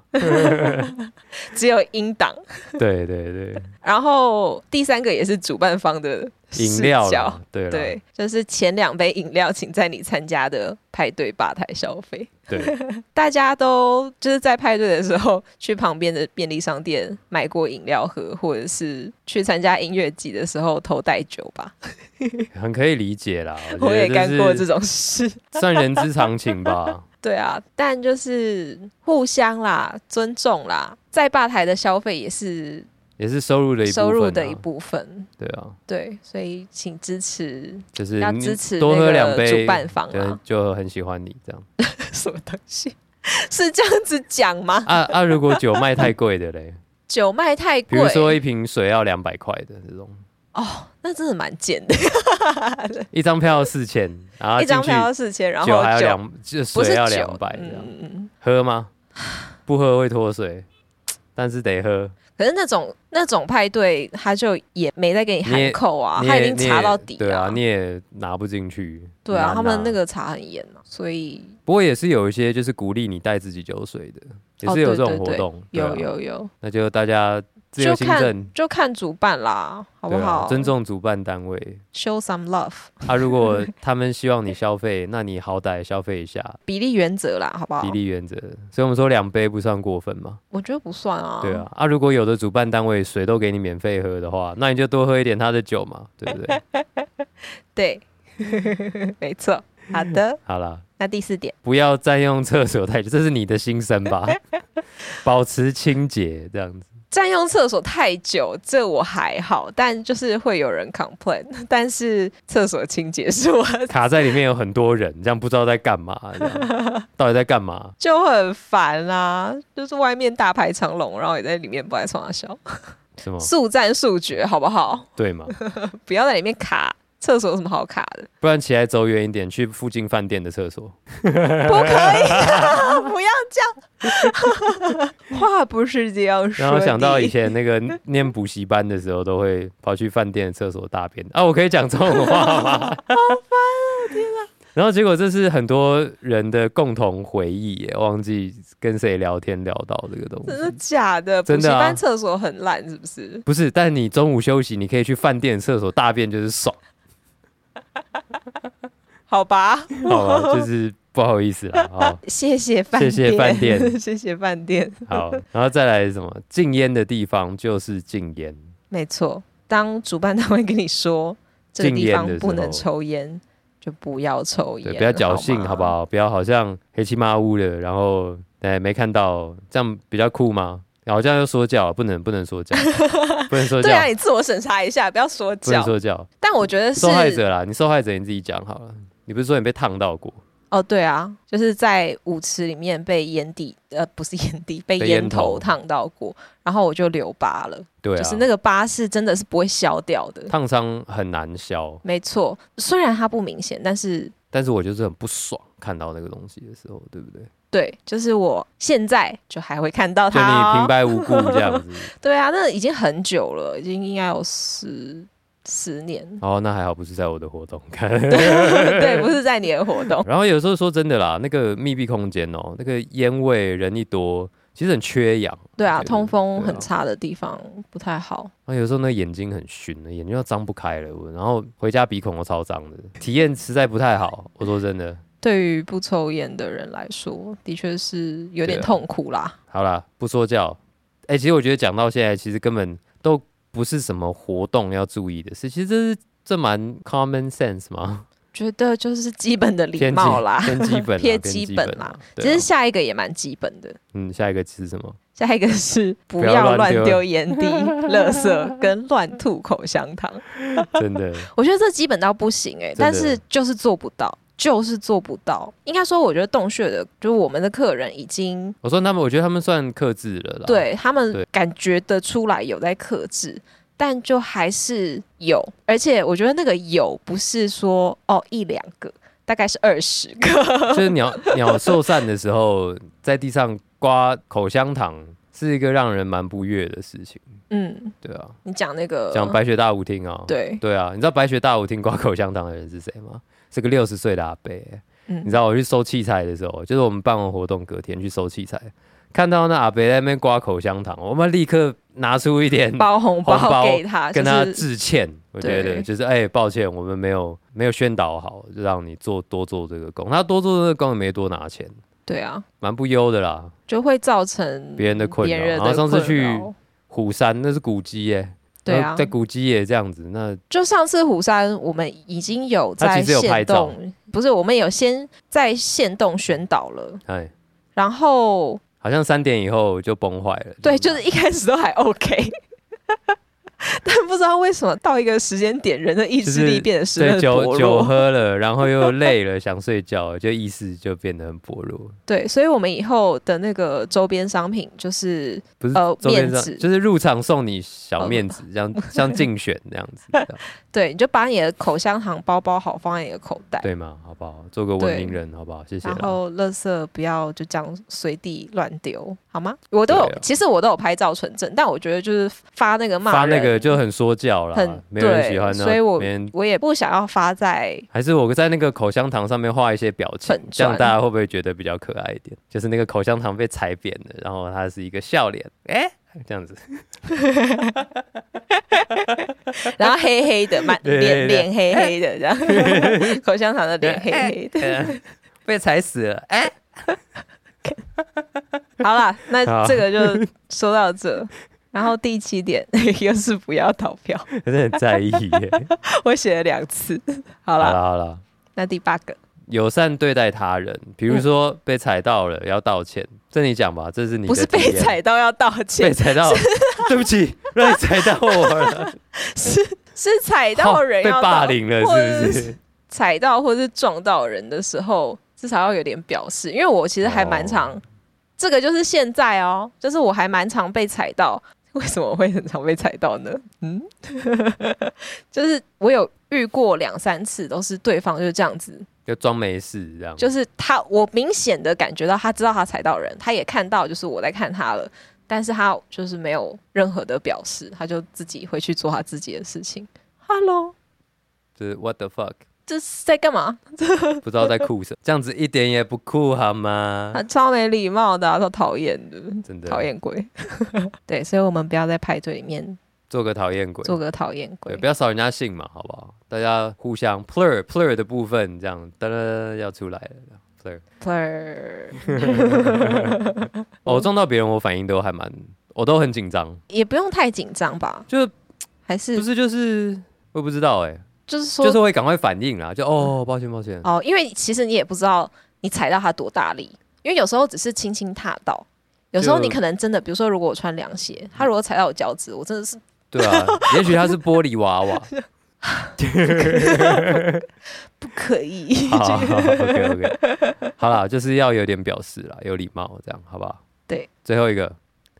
Speaker 2: 只有音档，
Speaker 1: 对对对，
Speaker 2: 然后第三个也是主办方的
Speaker 1: 饮
Speaker 2: 视
Speaker 1: 料
Speaker 2: 角
Speaker 1: 啦，对啦
Speaker 2: 对，就是前两杯饮料，请在你参加的派对吧台消费。
Speaker 1: 对，
Speaker 2: 大家都就是在派对的时候去旁边的便利商店买过饮料喝，或者是去参加音乐季的时候偷带酒吧。
Speaker 1: 很可以理解
Speaker 2: <laughs>
Speaker 1: 啦。我
Speaker 2: 我
Speaker 1: 觉
Speaker 2: 也
Speaker 1: 得
Speaker 2: 干过这
Speaker 1: 是
Speaker 2: 种事。 <laughs>
Speaker 1: 算人之常情吧。
Speaker 2: 对啊，但就是互相啦，尊重啦，在吧台的消费也是
Speaker 1: 也是收入的一部分、啊，
Speaker 2: 收入的一部分。
Speaker 1: 对啊，
Speaker 2: 对，所以请支持
Speaker 1: 就是
Speaker 2: 要
Speaker 1: 你
Speaker 2: 支持
Speaker 1: 多
Speaker 2: 那
Speaker 1: 喝
Speaker 2: 个
Speaker 1: 两杯，
Speaker 2: 主办方啊
Speaker 1: 对，就很喜欢你这样。
Speaker 2: <laughs> 什么东西？是这样子讲吗？
Speaker 1: 啊啊，如果酒卖太贵的
Speaker 2: <laughs>
Speaker 1: 嘞，
Speaker 2: 酒卖太
Speaker 1: 比
Speaker 2: 贵，
Speaker 1: 如说一瓶水要两百块的这种，
Speaker 2: 哦，那真的蛮贱的。
Speaker 1: 一张票四千，
Speaker 2: <laughs>
Speaker 1: 然后
Speaker 2: 一张
Speaker 1: 啊进去
Speaker 2: 票要四千，然后
Speaker 1: 酒还要
Speaker 2: 酒
Speaker 1: 两，就
Speaker 2: 不是
Speaker 1: 水要
Speaker 2: 酒
Speaker 1: 两百这样，
Speaker 2: 嗯嗯嗯。
Speaker 1: 喝吗？不喝会脱水，但是得喝。
Speaker 2: 可是那种那种派对，他就也没在给你
Speaker 1: 你也
Speaker 2: 喊扣啊，
Speaker 1: 你
Speaker 2: 他
Speaker 1: 也
Speaker 2: 已经
Speaker 1: 你也
Speaker 2: 查到底
Speaker 1: 对啊，
Speaker 2: 啊
Speaker 1: 你也拿不进去。
Speaker 2: 对啊，
Speaker 1: 很难
Speaker 2: 他们
Speaker 1: 拿
Speaker 2: 那，个查很严啊，所以
Speaker 1: 不过也是有一些就是鼓励你带自己酒水的，也
Speaker 2: 哦
Speaker 1: 是有
Speaker 2: 对
Speaker 1: 这种
Speaker 2: 对
Speaker 1: 活
Speaker 2: 对
Speaker 1: 动。对
Speaker 2: 有
Speaker 1: 啊，
Speaker 2: 有有，
Speaker 1: 那就大家自由
Speaker 2: 就
Speaker 1: 行
Speaker 2: 看
Speaker 1: 政，
Speaker 2: 就看主办啦，好不
Speaker 1: 对啊
Speaker 2: 好？
Speaker 1: 尊重主办单位。
Speaker 2: show some love，
Speaker 1: 啊，如果他们希望你消
Speaker 2: <laughs>
Speaker 1: 费，那你好歹消费一下，
Speaker 2: 比例原则啦，好不好
Speaker 1: 比？例原则。所以我们说两杯不算过分嘛。
Speaker 2: 我觉得不算啊。
Speaker 1: 对啊，，啊，如果有的主办单位水都给你免费喝的话，那你就多喝一点他的酒嘛，对不
Speaker 2: <laughs>
Speaker 1: 对？
Speaker 2: 对， <laughs> 没错。好
Speaker 1: <laughs>
Speaker 2: 的，
Speaker 1: 好啦，
Speaker 2: 那第四点，
Speaker 1: 不要占用厕所太久，这是你的心声
Speaker 2: <laughs>
Speaker 1: 吧？保持清洁这样子，
Speaker 2: 占用厕所太久，这我还好，但就是会有人 complain，但是厕所清洁是我 <laughs>
Speaker 1: 卡在里面有很多人，这样不知道在干嘛，这样到底在干嘛？
Speaker 2: 就很烦啦、就是外面大排长龙，然后也在里面不爱冲他笑，
Speaker 1: 哦
Speaker 2: <laughs>
Speaker 1: 是吗？
Speaker 2: 速战速决好不好？
Speaker 1: 对嘛？
Speaker 2: 不要在里面卡，厕所有什么好卡的？
Speaker 1: 不然起来走远一点，去附近饭店的厕所。
Speaker 2: 不可以、啊 <laughs> 不要这样。 <laughs> 话不是这样说
Speaker 1: 让
Speaker 2: 的。
Speaker 1: 我想到以前那个念补习班的时候，都会跑去饭店的厕所大便啊！我可以讲这种话吗？好烦啊！天啊！ <laughs> 然后结果这是很多人的共同回忆耶，忘记跟谁聊天聊到这个东
Speaker 2: 真
Speaker 1: 西。
Speaker 2: 的假的？
Speaker 1: 真的啊
Speaker 2: 补习班厕所很烂，是不是？
Speaker 1: 不是，但你中午休息，你可以去饭店的厕所大便，就是爽。
Speaker 2: 好吧，
Speaker 1: 好吧，就是不好意思啦。好，
Speaker 2: 谢谢饭
Speaker 1: 谢
Speaker 2: 店， <laughs>
Speaker 1: 谢饭 <laughs> 店
Speaker 2: 谢谢饭店。 <laughs>
Speaker 1: 好，然后再来什么禁烟的地方就是禁烟，
Speaker 2: 没错，当主办单位跟你说这个
Speaker 1: 禁
Speaker 2: 地
Speaker 1: 烟
Speaker 2: 方
Speaker 1: 的时
Speaker 2: 不能
Speaker 1: 候
Speaker 2: 抽烟，就不要抽
Speaker 1: 对，
Speaker 2: 烟，
Speaker 1: 不要侥幸，
Speaker 2: 吗
Speaker 1: 好不？好？不要好像黑漆麻乌的，然后哎没看到，这样比较酷吗？然后这样又说教，不能不能
Speaker 2: <laughs>
Speaker 1: 说教，不能说教
Speaker 2: 对，啊，你自我审查一下，不要说
Speaker 1: 不能
Speaker 2: 教。
Speaker 1: 说教，
Speaker 2: 但我觉得是
Speaker 1: 受害者啦，你受害者你自己讲好了。你不是说你被烫到过？
Speaker 2: 哦，对啊，就是在舞池里面被烟蒂呃不是烟蒂被
Speaker 1: 被
Speaker 2: 烟
Speaker 1: 烟
Speaker 2: 头
Speaker 1: 头
Speaker 2: 烫到过，然后我就留疤了，
Speaker 1: 对啊，
Speaker 2: 就是那个疤是真的是不会消掉的。
Speaker 1: 烫伤很难消，
Speaker 2: 没错，虽然它不明显，但是
Speaker 1: 但是我就是很不爽看到那个东西的时候，对不对？
Speaker 2: 对，就是我现在就还会看到
Speaker 1: 就
Speaker 2: 它、
Speaker 1: 你
Speaker 2: 哦。
Speaker 1: 平白无故这样子，。
Speaker 2: 对啊，那已经很久了，已经应该有十十年
Speaker 1: 哦，那还好不是在我的活动看。
Speaker 2: <laughs> 对，不是在你的活动。
Speaker 1: 然后有时候说真的啦，那个密闭空间哦，那个烟味人一多，其实很缺氧。
Speaker 2: 对啊，
Speaker 1: 对
Speaker 2: 通风
Speaker 1: 对啊
Speaker 2: 很差的地方不太好。
Speaker 1: 然后有时候那个眼睛很熏的，眼睛要张不开了。我然后回家鼻孔都超脏的，体验实在不太好。我说真的，
Speaker 2: 对于不抽烟的人来说，的确是有点
Speaker 1: 对啊
Speaker 2: 痛苦啦。
Speaker 1: 好啦，不说教。哎、其实我觉得讲到现在，其实根本都不是什么活动要注意的事。其实这是这蛮 common sense 嘛，
Speaker 2: 觉得就是基本的礼
Speaker 1: 偏基
Speaker 2: 貌啦，
Speaker 1: 偏基本啦，
Speaker 2: <laughs> 偏
Speaker 1: 偏
Speaker 2: 基
Speaker 1: 基
Speaker 2: 本
Speaker 1: 本
Speaker 2: 啦。
Speaker 1: 对
Speaker 2: 其
Speaker 1: 啊
Speaker 2: 实下一个也蛮基本的，
Speaker 1: 嗯，下一个是什么？
Speaker 2: 下一个是不
Speaker 1: 不要
Speaker 2: 要
Speaker 1: 乱
Speaker 2: 乱
Speaker 1: 丢
Speaker 2: 丢烟蒂、垃圾跟乱吐口香糖。
Speaker 1: 真
Speaker 2: <laughs>
Speaker 1: 的，
Speaker 2: 我觉得这基本到不行哎、
Speaker 1: 真的
Speaker 2: 但是就是做不到，就是做不到。应该说，我觉得洞穴的，就是我们的客人已经
Speaker 1: 我说他们，我觉得他们算克制了啦。，
Speaker 2: 对他们
Speaker 1: 对
Speaker 2: 感觉得出来有在克制，但就还是有，而且我觉得那个有不是说哦一两个，大概是二十 <laughs> 个。
Speaker 1: 就是鸟鸟受散的时候，在地上刮口香糖，是一个让人蛮不悦的事情。
Speaker 2: 嗯，
Speaker 1: 对啊，
Speaker 2: 你讲那个
Speaker 1: 讲白雪大舞厅啊、
Speaker 2: 呃对，
Speaker 1: 对啊，你知道白雪大舞厅刮口香糖的人是谁吗？是个六十岁的阿伯欸、你
Speaker 2: 嗯
Speaker 1: 知道我去收器材的时候，就是我们办完活动隔天去收器材，看到那阿伯在那边刮口香糖，我们立刻拿出一点
Speaker 2: 包红
Speaker 1: 红
Speaker 2: 包
Speaker 1: 包
Speaker 2: 给他，
Speaker 1: <laughs> 跟他
Speaker 2: 就是
Speaker 1: 致歉。我觉
Speaker 2: 对
Speaker 1: 得就是哎、抱歉，我们没有没有宣导好，就让你做多做这个工。他多做这个工也没多拿钱，
Speaker 2: 对啊，
Speaker 1: 蛮不优的啦。
Speaker 2: 就会造成
Speaker 1: 别人的困扰
Speaker 2: 别人
Speaker 1: 然
Speaker 2: 的
Speaker 1: 后上次
Speaker 2: 困
Speaker 1: 去
Speaker 2: 扰
Speaker 1: 虎山那是古迹耶、
Speaker 2: 对
Speaker 1: 然
Speaker 2: 啊
Speaker 1: 后，在古迹也这样子，那
Speaker 2: 就上次虎山，我们已经有在
Speaker 1: 他其实有
Speaker 2: 限
Speaker 1: 拍照
Speaker 2: 动，不是我们有先在限动宣导了，
Speaker 1: 哎，
Speaker 2: 然后
Speaker 1: 好像三点以后就崩坏了。
Speaker 2: 对，
Speaker 1: 这样
Speaker 2: 就
Speaker 1: 子
Speaker 2: 是一开始都还 OK，但不知道为什么到一个时间点，人的意志
Speaker 1: 就
Speaker 2: 力
Speaker 1: 是
Speaker 2: 变得十分
Speaker 1: 对
Speaker 2: 地薄
Speaker 1: 酒酒
Speaker 2: 弱。
Speaker 1: 喝了，然后又累了，想睡觉，就意识就变得很薄
Speaker 2: <laughs>
Speaker 1: 弱。
Speaker 2: 对，所以我们以后的那个周边商品就是
Speaker 1: 不是
Speaker 2: 呃
Speaker 1: 周边
Speaker 2: 面
Speaker 1: 上
Speaker 2: 子
Speaker 1: 就是入场送你
Speaker 2: 哦
Speaker 1: 小面子，这样像竞选这样
Speaker 2: <laughs>
Speaker 1: 子，这样
Speaker 2: 对，你就把你的口香糖包包好，放在你的口袋，
Speaker 1: 对吗？好不好？做个
Speaker 2: 对
Speaker 1: 文明人，好不好？谢谢
Speaker 2: 然
Speaker 1: 啦。
Speaker 2: 后垃圾不要就这样随地乱丢，好吗？我都有，
Speaker 1: 对啊
Speaker 2: 其实我都有拍照存证，但我觉得就是发那个骂
Speaker 1: 发
Speaker 2: 人
Speaker 1: 那个就很说教
Speaker 2: 很
Speaker 1: 啦，没有人
Speaker 2: 对
Speaker 1: 喜欢，
Speaker 2: 所以我
Speaker 1: 没人
Speaker 2: 我也不想要发在
Speaker 1: 还是我在那个口香糖上面画一些表情
Speaker 2: 粉，
Speaker 1: 这样
Speaker 2: 砖
Speaker 1: 大家会不会觉得比较可爱一点？就是那个口香糖被踩扁了，然后它是一个笑脸，哎、这样子，
Speaker 2: 然后黑黑的，满
Speaker 1: <laughs> 对对对
Speaker 2: 脸脸黑黑的这样， <laughs> 口香糖的脸
Speaker 1: <laughs>
Speaker 2: 黑黑的。
Speaker 1: 哎被踩死了，
Speaker 2: <laughs>
Speaker 1: 哎、
Speaker 2: 好啦，那
Speaker 1: 好
Speaker 2: 这个就说到这。然后第七点 <laughs> 又是不要逃票，
Speaker 1: 真的很在意耶。
Speaker 2: 我写了两次。好
Speaker 1: 好
Speaker 2: 啦，
Speaker 1: 了好了，
Speaker 2: 那第八个，
Speaker 1: 友善对待他人，比如说被踩到了要道歉，这你讲吧，这是你的
Speaker 2: 嗯不是
Speaker 1: 体
Speaker 2: 被
Speaker 1: 验
Speaker 2: 踩到要道歉
Speaker 1: 被，踩
Speaker 2: <laughs>
Speaker 1: 到，对不起，让你踩到我了，
Speaker 2: <laughs> 是是踩到
Speaker 1: <laughs>
Speaker 2: 人
Speaker 1: 被
Speaker 2: 要道
Speaker 1: 霸凌了，
Speaker 2: 或
Speaker 1: 是
Speaker 2: 者
Speaker 1: 不是？
Speaker 2: 踩到或是撞到人的时候，至少要有点表示。因为我其实还
Speaker 1: 哦
Speaker 2: 蛮常，这个就是现在哦，就是我还蛮常被踩到。为什么我会很常被踩到呢？嗯， <laughs> 就是我有遇过两三次，都是对方就是这样子，
Speaker 1: 就装没事这样，
Speaker 2: 就是他，我明显的感觉到他知道他踩到人，他也看到就是我在看他了，但是他就是没有任何的表示，他就自己回去做他自己的事情。Hello，
Speaker 1: 就是 what the fuck。
Speaker 2: 这是在干嘛？
Speaker 1: 不知道在酷
Speaker 2: <laughs>
Speaker 1: 什么，这样子一点也不酷好吗
Speaker 2: 啊，？超没礼貌的、啊，超讨厌的，
Speaker 1: 真的
Speaker 2: <laughs> 讨，厌鬼。对，所以我们不要在派对里面
Speaker 1: 做个讨厌鬼，
Speaker 2: 做个讨厌鬼
Speaker 1: 对，。不要扫人家兴嘛，好不好？大家互相 plur plur 的部分，这样噔噔噔要出来了。这样 plur，
Speaker 2: Plur
Speaker 1: 哦我撞到别人，我反应都还蛮，我都很紧张，
Speaker 2: 也不用太紧张吧？
Speaker 1: 就
Speaker 2: 还
Speaker 1: 不
Speaker 2: 是
Speaker 1: 是就是我也不知道哎、
Speaker 2: 就是说、
Speaker 1: 就是会赶快反应啦，就哦抱歉抱歉，
Speaker 2: 哦，因为其实你也不知道你踩到它多大力，因为有时候只是轻轻踏到，有时候
Speaker 1: 就
Speaker 2: 你可能真的，比如说如果我穿凉鞋，它如果踩到我脚趾，我真的是
Speaker 1: 对
Speaker 2: <laughs>
Speaker 1: 啊，也许他是玻璃娃娃，
Speaker 2: 不可以。 <laughs>
Speaker 1: 好好好，OK OK，好啦，就是要有点表示啦，有礼貌，这样好不好？
Speaker 2: 对，
Speaker 1: 最后一个，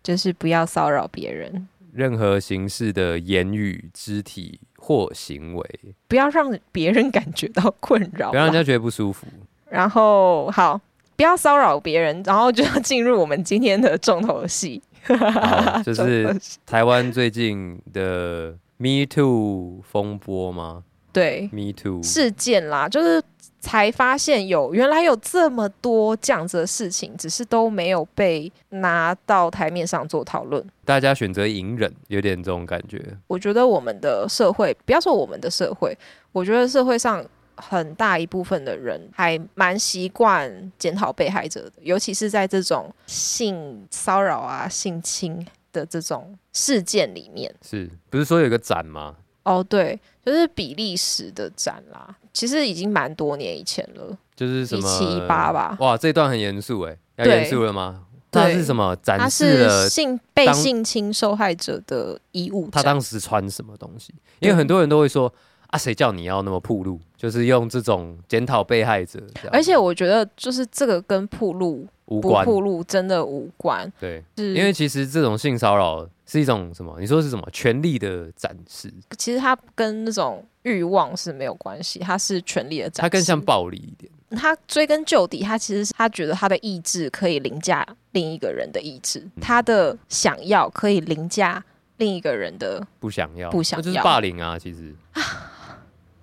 Speaker 2: 就是不要骚扰别人，
Speaker 1: 任何形式的言语、肢体或行为，
Speaker 2: 不要让别人感觉到困扰
Speaker 1: 不要让人
Speaker 2: 吧。
Speaker 1: 家觉得不舒
Speaker 2: <laughs>
Speaker 1: 服。
Speaker 2: 然后好，不要骚扰别人，然后就要进入我们今天的重头戏， <laughs>
Speaker 1: 好，就
Speaker 2: 重
Speaker 1: 是
Speaker 2: 头戏
Speaker 1: 台湾最近的 Me Too 风波吗
Speaker 2: 对
Speaker 1: ？Me Too
Speaker 2: 事件啦，就是才发现有原来有这么多这样子的事情，只是都没有被拿到台面上做讨论。
Speaker 1: 大家选择隐忍，有点这种感觉。
Speaker 2: 我觉得我们的社会，不要说我们的社会，我觉得社会上很大一部分的人还蛮习惯检讨被害者的，尤其是在这种性骚扰啊、性侵的这种事件里面。
Speaker 1: 是不是说有一个展吗？
Speaker 2: 哦，对，就是比利时的展啦，其实已经蛮多年以前了。
Speaker 1: 就是什么哦
Speaker 2: 178吧
Speaker 1: 哇，这一段很严肃哎，要
Speaker 2: 对
Speaker 1: 严肃了吗？
Speaker 2: 对
Speaker 1: 它是什么展
Speaker 2: 他
Speaker 1: 示
Speaker 2: 是
Speaker 1: 了
Speaker 2: 性被
Speaker 1: 当
Speaker 2: 性侵受害者的衣物
Speaker 1: 他
Speaker 2: 展，
Speaker 1: 当时穿什么东西？因为很多人都会说啊，谁叫你要那么铺路？就是用这种检讨被害者这样，
Speaker 2: 而且我觉得就是这个跟铺路
Speaker 1: 无
Speaker 2: 不
Speaker 1: 关
Speaker 2: 铺路真的无关，
Speaker 1: 对，
Speaker 2: 是
Speaker 1: 因为其实这种性骚扰是一种什么？你说是什么权力的展示？
Speaker 2: 其实它跟那种欲望是没有关系，它是权力的展示。
Speaker 1: 它更像暴力一点。
Speaker 2: 他追根究底，他其实是他觉得他的意志可以凌驾另一个人的意志，
Speaker 1: 嗯
Speaker 2: 他的想要可以凌驾另一个人的，
Speaker 1: 不想要，
Speaker 2: 不想
Speaker 1: 那就是
Speaker 2: 要
Speaker 1: 霸凌啊！其实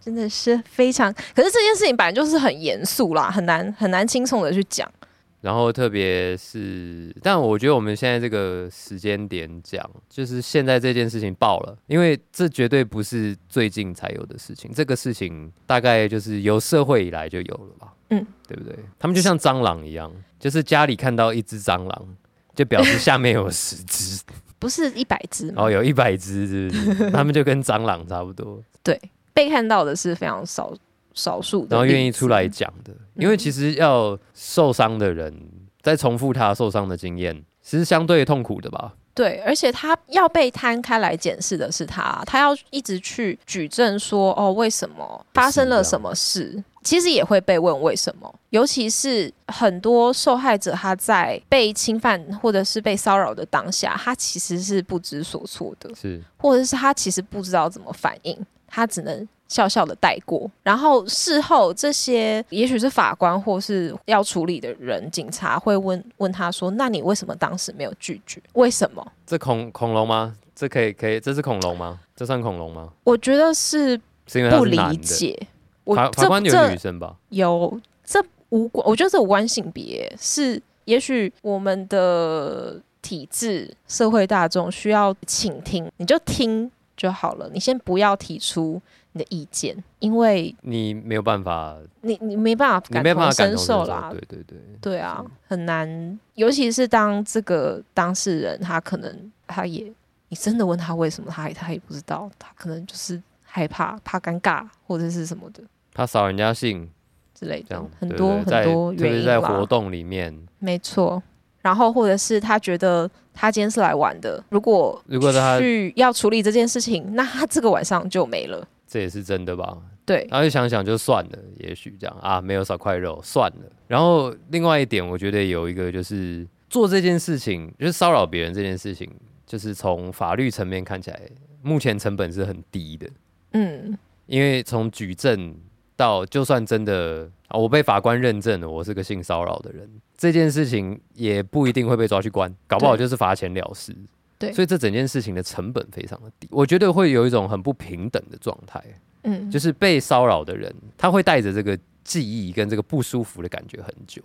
Speaker 2: 真的是非常。可是这件事情本来就是很严肃啦，很难很难轻松的去讲。
Speaker 1: 然后特别是，但我觉得我们现在这个时间点讲，就是现在这件事情爆了，因为这绝对不是最近才有的事情，这个事情大概就是由社会以来就有了吧，
Speaker 2: 嗯，
Speaker 1: 对不对？他们就像蟑螂一样，就是家里看到一只蟑螂。就表示下面有十只，
Speaker 2: 不是一百只
Speaker 1: 然
Speaker 2: 吗？
Speaker 1: 后哦有一百只，是不
Speaker 2: <laughs>
Speaker 1: 是？他们就跟蟑螂差不多，
Speaker 2: 被看到的是非常少少数的，
Speaker 1: 然后愿意出来。讲的，因为其实要受伤的人再重复他受伤的经验，其实相对痛苦的吧。
Speaker 2: 对，而且他要被摊开来检视的是他，他要一直去举证说，哦，为什么发生了什么事？其实也会被问为什么，尤其是很多受害者他在被侵犯或者是被骚扰的当下，他其实是不知所措的，
Speaker 1: 是，
Speaker 2: 或者是他其实不知道怎么反应，他只能笑笑的带过。然后事后，这些也许是法官或是要处理的人，警察会问问他说：“那你为什么当时没有拒绝？为什么？”
Speaker 1: 这恐恐龙吗？这可以可以，这是恐龙吗？这算恐龙吗？
Speaker 2: 我觉得是
Speaker 1: 是因为它
Speaker 2: 不
Speaker 1: 是男
Speaker 2: 理
Speaker 1: 的。
Speaker 2: 解。我
Speaker 1: 法
Speaker 2: 这
Speaker 1: 法官有
Speaker 2: 这
Speaker 1: 女生吧？
Speaker 2: 有这无关，我觉得这无关性别，是也许我们的体制、社会大众需要倾听，你就听就好了，你先不要提出你的意见，因为
Speaker 1: 你没有办法，
Speaker 2: 你你没办法
Speaker 1: 你
Speaker 2: 感
Speaker 1: 没有办
Speaker 2: 同
Speaker 1: 法感
Speaker 2: 身
Speaker 1: 同身
Speaker 2: 受
Speaker 1: 受
Speaker 2: 啦。
Speaker 1: 对对对，
Speaker 2: 对啊，很难，尤其是当这个当事人他可能他也，你真的问他为什么，他也他也不知道，他可能就是害怕、怕尴尬或者是什么的
Speaker 1: 他扫人家兴，
Speaker 2: 之类
Speaker 1: 这
Speaker 2: 的
Speaker 1: 样，
Speaker 2: 很
Speaker 1: 对
Speaker 2: 多
Speaker 1: 对在
Speaker 2: 很多
Speaker 1: 特
Speaker 2: 原
Speaker 1: 别
Speaker 2: 因
Speaker 1: 在
Speaker 2: 啦
Speaker 1: 活动里面，
Speaker 2: 没错。然后或者是他觉得他今天是来玩的，如果
Speaker 1: 如果他
Speaker 2: 去要处理这件事情，那他这个晚上就没了。
Speaker 1: 这也是真的吧？
Speaker 2: 对，
Speaker 1: 然后就想想就算了，也许这样啊，没有少块肉算了。然后另外一点，我觉得有一个就是做这件事情，就是骚扰别人这件事情，就是从法律层面看起来，目前成本是很低的，
Speaker 2: 嗯，
Speaker 1: 因为从举证到就算真的啊，我被法官认证了我是个性骚扰的人，这件事情也不一定会被抓去关，搞不好
Speaker 2: 对
Speaker 1: 就是罚钱了事。
Speaker 2: 对
Speaker 1: 所以这整件事情的成本非常的低，我觉得会有一种很不平等的状态。
Speaker 2: 嗯，
Speaker 1: 就是被骚扰的人，他会带着这个记忆跟这个不舒服的感觉很久。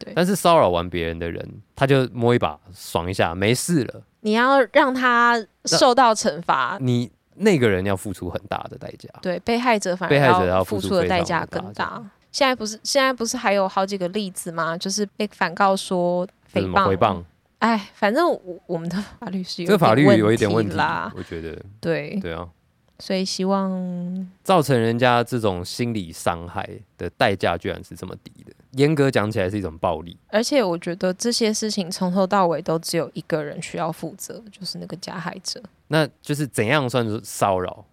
Speaker 2: 对
Speaker 1: 但是骚扰完别人的人，他就摸一把爽一下，没事了，
Speaker 2: 你要让他受到惩罚，
Speaker 1: 你那个人要付出很大的代价。
Speaker 2: 对被害者反而
Speaker 1: 被害者要
Speaker 2: 付
Speaker 1: 付出
Speaker 2: 出的
Speaker 1: 非
Speaker 2: 代
Speaker 1: 常
Speaker 2: 价
Speaker 1: 大
Speaker 2: 更
Speaker 1: 的
Speaker 2: 大。现在不是现在不是还有好几个例子吗？就是被反告说
Speaker 1: 这
Speaker 2: 诽
Speaker 1: 是什么
Speaker 2: 谤，
Speaker 1: 回谤，
Speaker 2: 哎，反正我我们的法律是有
Speaker 1: 这个法律有一点问
Speaker 2: 题
Speaker 1: 题
Speaker 2: 啦，，
Speaker 1: 我觉
Speaker 2: <laughs>
Speaker 1: 得，
Speaker 2: 对，
Speaker 1: 对啊，
Speaker 2: 所以希望
Speaker 1: 造成人家这种心理伤害的代价居然是这么低的，严格讲起来是一种暴力。
Speaker 2: 而且我觉得这些事情从头到尾都只有一个人需要负责，就是那个加害者。
Speaker 1: 那就是怎样算是骚扰？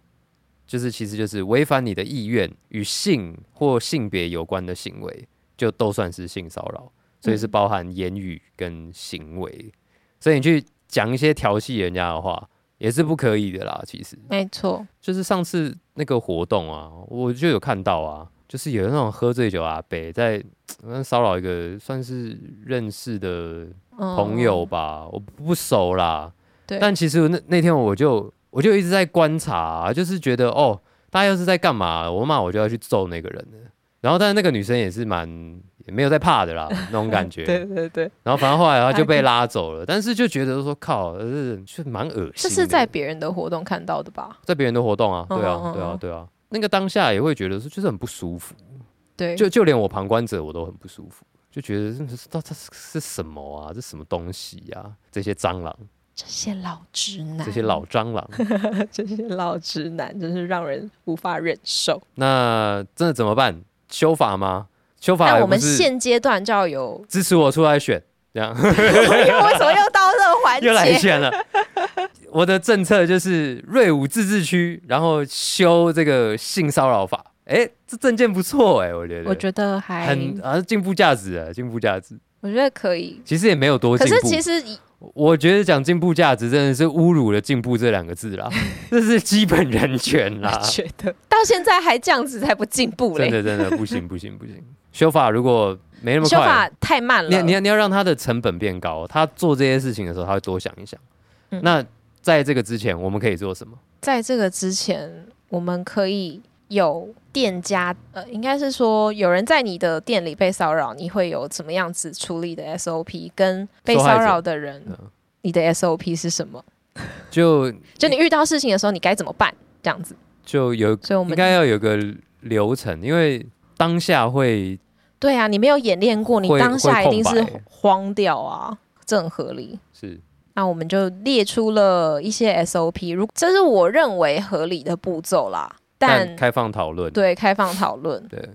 Speaker 1: 就是其实就是违反你的意愿与性或性别有关的行为，就都算是性骚扰，所以是
Speaker 2: 嗯
Speaker 1: 包含言语跟行为。所以你去讲一些调戏人家的话，也是不可以的啦。其实
Speaker 2: 没错，
Speaker 1: 就是上次那个活动啊，我就有看到啊，就是有那种喝醉酒啊，北在骚扰一个算是认识的
Speaker 2: 嗯
Speaker 1: 朋友吧，我不熟啦。
Speaker 2: 对
Speaker 1: 但其实那那天我就我就一直在观察啊、就是觉得哦，大家要是在干嘛，我骂我就要去揍那个人了。然后，但是那个女生也是蛮也没有在怕的啦，那种感觉。
Speaker 2: <laughs> 对对对，
Speaker 1: 然后，反正后来她就
Speaker 2: 还
Speaker 1: 被
Speaker 2: 可以
Speaker 1: 拉走了，但是就觉得说靠，呃，就蛮恶心的。
Speaker 2: 这是在别人的活动看到的吧？
Speaker 1: 在别人的活动啊，对
Speaker 2: 嗯嗯
Speaker 1: 啊，
Speaker 2: 嗯
Speaker 1: 对啊
Speaker 2: 嗯，
Speaker 1: 对啊。那个当下也会觉得说，就是很不舒服，
Speaker 2: 对，
Speaker 1: 就就连我旁观者我都很不舒服，就觉得这这这这是什么啊？这什么东西啊？这些蟑螂。
Speaker 2: 这些老直男，
Speaker 1: 这些老蟑螂。
Speaker 2: <laughs> 这些老直男，真是让人无法忍受。
Speaker 1: 那真的怎么办？修法吗？修法
Speaker 2: 但
Speaker 1: 也
Speaker 2: 我
Speaker 1: 不
Speaker 2: 们
Speaker 1: 是，
Speaker 2: 现阶段就要有
Speaker 1: <laughs> 支持我出来选，这
Speaker 2: <laughs>
Speaker 1: 样
Speaker 2: 为什么又到这个环
Speaker 1: 又来
Speaker 2: 节？
Speaker 1: 选了。我的政策就是瑞武自治区，然后修这个性骚扰法。哎，这证件不错哎，我觉得，
Speaker 2: 我觉得还，
Speaker 1: 很啊进步价值啊，进步价值。
Speaker 2: 我觉得可以。
Speaker 1: 其实也没有多
Speaker 2: 可
Speaker 1: 进步。
Speaker 2: 是其实以
Speaker 1: 我觉得讲进步价值真的是侮辱了“进步”这两个字
Speaker 2: <laughs>
Speaker 1: 啦，这是基本人权啦
Speaker 2: 我。觉得 <laughs> 到现在还这样子才不进步
Speaker 1: 啊真的
Speaker 2: 嘞，
Speaker 1: 真的不行不行不行，修法如果没那么
Speaker 2: 修
Speaker 1: 快，
Speaker 2: 法太慢
Speaker 1: 你
Speaker 2: 了。
Speaker 1: 你要你要让他的成本变高，他做这些事情的时候，他会多想一想。
Speaker 2: 嗯
Speaker 1: 那在这个之前，我们可以做什么？
Speaker 2: 在这个之前，我们可以有店家，呃，应该是说有人在你的店里被骚扰，你会有怎么样子处理的 SOP？跟被
Speaker 1: 受害
Speaker 2: 骚
Speaker 1: 者
Speaker 2: 扰的人，
Speaker 1: 嗯
Speaker 2: 你的 SOP 是什么？
Speaker 1: 就
Speaker 2: 就你遇到事情的时候，你该怎么办？这样子，
Speaker 1: 就有
Speaker 2: 所以我
Speaker 1: 应
Speaker 2: 们
Speaker 1: 该要有个流程，因为当下会
Speaker 2: 对啊，你没有演练过，你
Speaker 1: 会
Speaker 2: 当
Speaker 1: 会
Speaker 2: 下一
Speaker 1: 空
Speaker 2: 定是
Speaker 1: 白
Speaker 2: 慌掉啊，这很合理。
Speaker 1: 是
Speaker 2: 那我们就列出了一些 SOP，如这是我认为合理的步骤啦，但
Speaker 1: 开放讨论。
Speaker 2: 对开放讨论。
Speaker 1: 对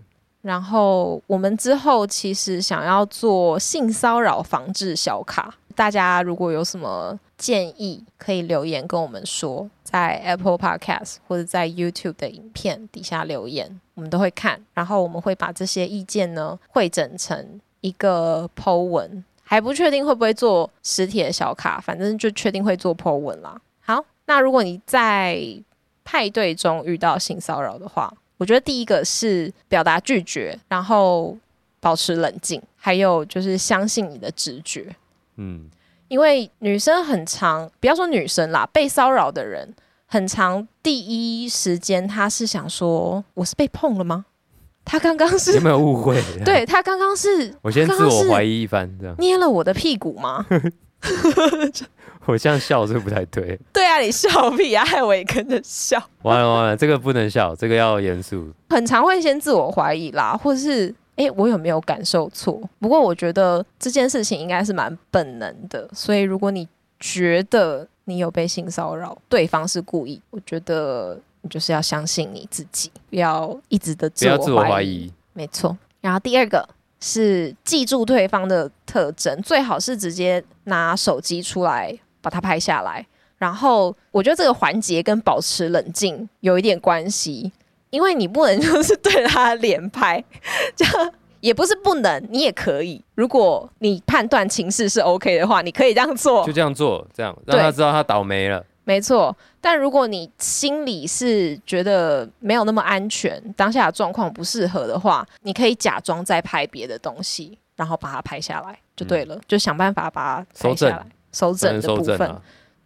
Speaker 2: 然后我们之后其实想要做性骚扰防治小卡，大家如果有什么建议，可以留言跟我们说，在 Apple Podcast 或者在 YouTube 的影片底下留言，我们都会看。然后我们会把这些意见呢汇整成一个 Po 文，还不确定会不会做实体的小卡，反正就确定会做 Po 文啦。好，那如果你在派对中遇到性骚扰的话，我觉得第一个是表达拒绝，然后保持冷静，还有就是相信你的直觉。
Speaker 1: 嗯，
Speaker 2: 因为女生很常，不要说女生啦，被骚扰的人很常第一时间她是想说：“我是被碰了吗？他刚刚
Speaker 1: 有 <laughs>
Speaker 2: 是
Speaker 1: 没有误会？，
Speaker 2: <laughs> 对他刚刚是
Speaker 1: 我先
Speaker 2: 他
Speaker 1: 自
Speaker 2: 刚刚
Speaker 1: 我
Speaker 2: 是
Speaker 1: 怀疑一番，这样
Speaker 2: 捏了我的屁股吗？ <laughs>
Speaker 1: 我这样笑是不太对。
Speaker 2: 对啊，你笑屁啊，害我也跟着笑。”
Speaker 1: 完了完了，这个不能笑，这个要严肃。
Speaker 2: 很常会先自我怀疑啦，或是诶，我有没有感受错？不过我觉得这件事情应该是蛮本能的，所以如果你觉得你有被性骚扰，对方是故意，我觉得你就是要相信你自己，不要一直的
Speaker 1: 不
Speaker 2: 自
Speaker 1: 要自我怀
Speaker 2: 疑。
Speaker 1: 疑，
Speaker 2: 没错。然后第二个是记住对方的特征，最好是直接拿手机出来把它拍下来。然后我觉得这个环节跟保持冷静有一点关系，因为你不能就是对着他的脸拍，这样也不是不能，你也可以。如果你判断情势是 OK 的话，你可以这样做
Speaker 1: 就，这样做，这样让
Speaker 2: 对
Speaker 1: 他知道他倒霉了。
Speaker 2: 没错。但如果你心里是觉得没有那么安全，当下的状况不适合的话，你可以假装在拍别的东西，然后把它拍下来就对了，就想办法把它拍下来，嗯收啊
Speaker 1: 不
Speaker 2: 整
Speaker 1: 能
Speaker 2: 的
Speaker 1: 收
Speaker 2: 部
Speaker 1: 正
Speaker 2: 分。
Speaker 1: 啊，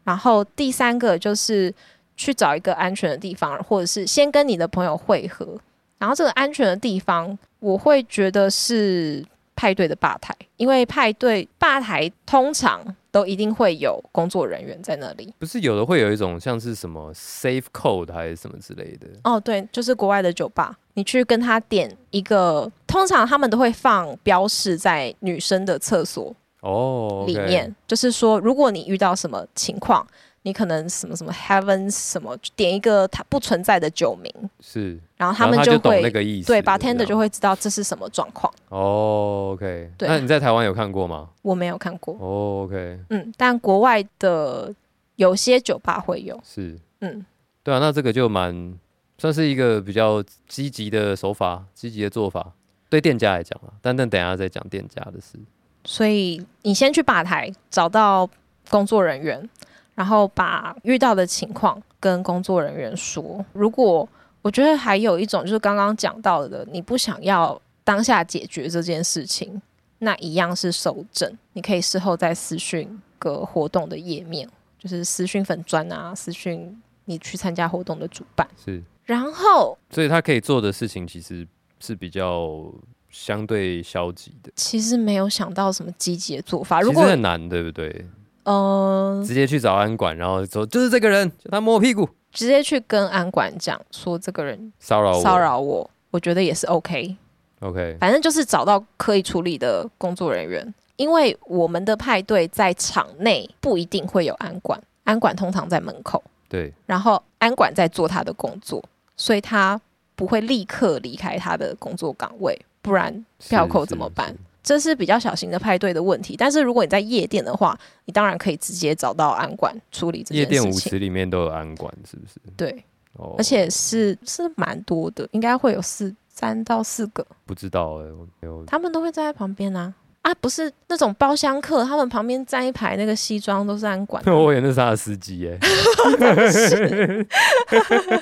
Speaker 2: 然后第三个就是去找一个安全的地方，或者是先跟你的朋友会合。然后这个安全的地方，我会觉得是派对的吧台，因为派对吧台通常都一定会有工作人员在那里。
Speaker 1: 不是有的会有一种像是什么 safe code 还是什么之类的，
Speaker 2: 哦，对，就是国外的酒吧，你去跟他点一个，通常他们都会放标示在女生的厕所
Speaker 1: 哦，
Speaker 2: 里面，就是说，如果你遇到什么情况，你可能什么什么 heaven 什么，就点一个它不存在的酒名，
Speaker 1: 是，
Speaker 2: 然后他
Speaker 1: 然后
Speaker 2: 们
Speaker 1: 他就懂
Speaker 2: 会
Speaker 1: 那个意思，
Speaker 2: 对
Speaker 1: 这样
Speaker 2: bartender 就会知道这是什么状况。
Speaker 1: 哦，OK，
Speaker 2: 对
Speaker 1: 那你在台湾有看过吗？
Speaker 2: 我没有看过，
Speaker 1: 哦，OK，
Speaker 2: 嗯，但国外的有些酒吧会有，
Speaker 1: 是，
Speaker 2: 嗯，
Speaker 1: 对啊，那这个就蛮算是一个比较积极的手法，积极的做法，对店家来讲啊，但但等一下再讲店家的事。
Speaker 2: 所以你先去吧台找到工作人员，然后把遇到的情况跟工作人员说。如果我觉得还有一种就是刚刚讲到的，你不想要当下解决这件事情，那一样是收证，你可以事后再私讯个活动的页面，就是私讯粉砖啊，私讯你去参加活动的主办，
Speaker 1: 是，
Speaker 2: 然后
Speaker 1: 所以他可以做的事情其实是比较相对消极的，
Speaker 2: 其实没有想到什么积极的做啊法。如
Speaker 1: 其实
Speaker 2: 果
Speaker 1: 很难，对不对？
Speaker 2: 嗯、
Speaker 1: 直接去找安管，然后说就是这个人，叫他摸我屁股，
Speaker 2: 直接去跟安管讲说这个人
Speaker 1: 骚扰我，
Speaker 2: 骚扰我，我觉得也是 OK。
Speaker 1: ，OK，
Speaker 2: 反正就是找到可以处理的工作人员，因为我们的派对在场内不一定会有安管，安管通常在门口，
Speaker 1: 对，
Speaker 2: 然后安管在做他的工作，所以他不会立刻离开他的工作岗位，不然
Speaker 1: 是
Speaker 2: 票口怎么办？这是比较小型的派对的问题。但是如果你在夜店的话，你当然可以直接找到安管处理这
Speaker 1: 是夜
Speaker 2: 件
Speaker 1: 店
Speaker 2: 事
Speaker 1: 舞
Speaker 2: 情。
Speaker 1: 池里面都有安管，是不是？
Speaker 2: 对，
Speaker 1: 哦
Speaker 2: 而且是是蛮多的，应该会有四三到四个，
Speaker 1: 不知道哎、我没有，。
Speaker 2: 他们都会站在旁边啊。啊，不是那种包厢客，他们旁边站一排那个西装都是安管
Speaker 1: <laughs> 我也是他的司机
Speaker 2: <laughs>
Speaker 1: 耶、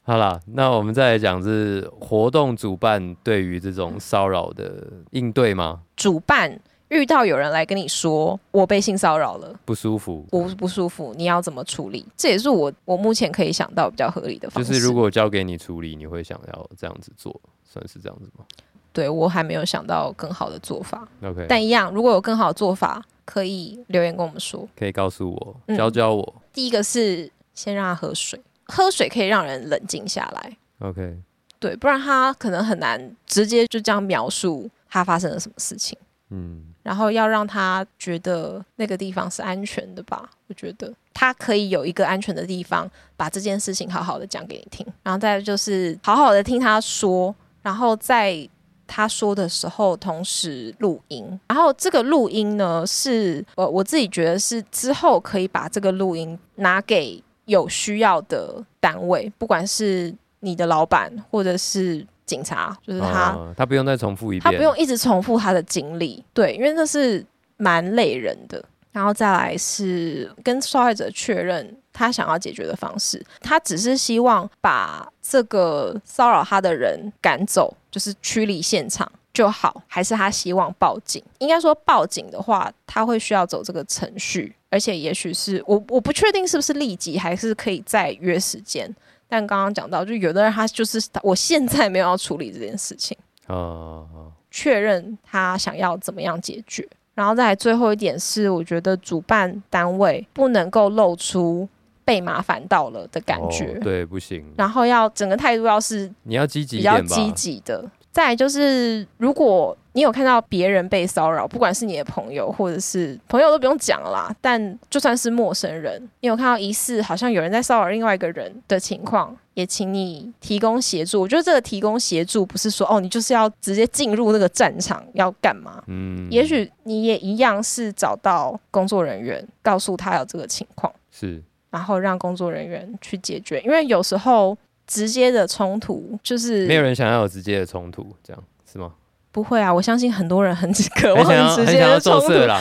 Speaker 1: 好啦，那我们再来讲是活动主办对于这种骚扰的应对吗？
Speaker 2: 主办遇到有人来跟你说我被性骚扰了，
Speaker 1: 不舒服，
Speaker 2: 我不舒服，你要怎么处理？这也是我我目前可以想到比较合理的
Speaker 1: 就
Speaker 2: 方式。
Speaker 1: 是如果交给你处理，你会想要这样子做，算是这样子吗
Speaker 2: 对我还没有想到更好的做法，
Speaker 1: ？OK，
Speaker 2: 但一样，如果有更好的做法，可以留言跟我们说。
Speaker 1: 可以告诉我，
Speaker 2: 嗯
Speaker 1: 教教我。
Speaker 2: 第一个是先让他喝水，喝水可以让人冷静下来。
Speaker 1: OK，
Speaker 2: 对，不然他可能很难直接就这样描述他发生了什么事情，
Speaker 1: 嗯，
Speaker 2: 然后要让他觉得那个地方是安全的吧。我觉得他可以有一个安全的地方，把这件事情好好的讲给你听，然后再来就是好好的听他说，然后在他说的时候同时录音，然后这个录音呢是呃我自己觉得是之后可以把这个录音拿给有需要的单位，不管是你的老板或者是警察，就是他、
Speaker 1: 啊他不用再重复一遍，
Speaker 2: 他不用一直重复他的经历，对，因为那是蛮累人的。然后再来是跟受害者确认他想要解决的方式，他只是希望把这个骚扰他的人赶走，就是驱离现场就好，还是他希望报警？应该说报警的话，他会需要走这个程序，而且也许是我我不确定是不是立即，还是可以再约时间。但刚刚讲到，就有的人他就是我现在没有要处理这件事情。
Speaker 1: 啊啊，啊
Speaker 2: 确认他想要怎么样解决。然后再来最后一点是，我觉得主办单位不能够露出被麻烦到了的感觉，
Speaker 1: 哦对，不行，
Speaker 2: 然后要整个态度要是
Speaker 1: 你要积极
Speaker 2: 比
Speaker 1: 一
Speaker 2: 较
Speaker 1: 点吧，
Speaker 2: 积极的。再来就是，如果你有看到别人被骚扰，不管是你的朋友或者是朋友都不用讲了啦，但就算是陌生人，你有看到疑似好像有人在骚扰另外一个人的情况，也请你提供协助。我觉得这个提供协助不是说哦，你就是要直接进入那个战场要干嘛，
Speaker 1: 嗯，
Speaker 2: 也许你也一样是找到工作人员，告诉他有这个情况。
Speaker 1: 是
Speaker 2: 然后让工作人员去解决，因为有时候直接的冲突就是
Speaker 1: 没有人想要有直接的冲突，这
Speaker 2: <laughs>
Speaker 1: 样是吗？
Speaker 2: 不会啊，我相信很多人很 <laughs> 渴
Speaker 1: 很
Speaker 2: 望
Speaker 1: 想要
Speaker 2: 直
Speaker 1: 很
Speaker 2: 接
Speaker 1: 想要
Speaker 2: 的冲
Speaker 1: 做
Speaker 2: 突，
Speaker 1: 色狼，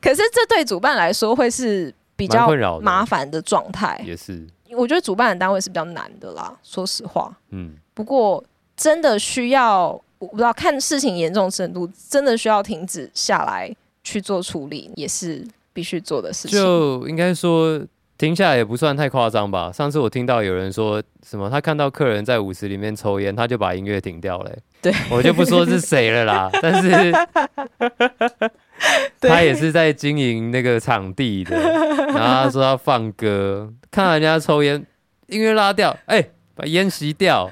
Speaker 2: 可是这对主办来说会是比
Speaker 1: 蛮
Speaker 2: 较
Speaker 1: 困扰的
Speaker 2: 麻烦的状态。
Speaker 1: 也是，
Speaker 2: 我觉得主办的单位是比较难的啦，说实话。
Speaker 1: 嗯，
Speaker 2: 不过真的需要，我不知道看事情严重程度，真的需要停止下来去做处理，也是必须做的事情。
Speaker 1: 就应该说停下来也不算太夸张吧。上次我听到有人说什么，他看到客人在舞池里面抽烟，他就把音乐停掉了欸、
Speaker 2: 对，
Speaker 1: 我就不说是谁了
Speaker 2: <laughs>
Speaker 1: 啦，但是
Speaker 2: 对
Speaker 1: 他也是在经营那个场地
Speaker 2: <laughs>
Speaker 1: 的，然后他说要放歌，看到人家抽烟，音乐拉掉，哎、把烟熄掉，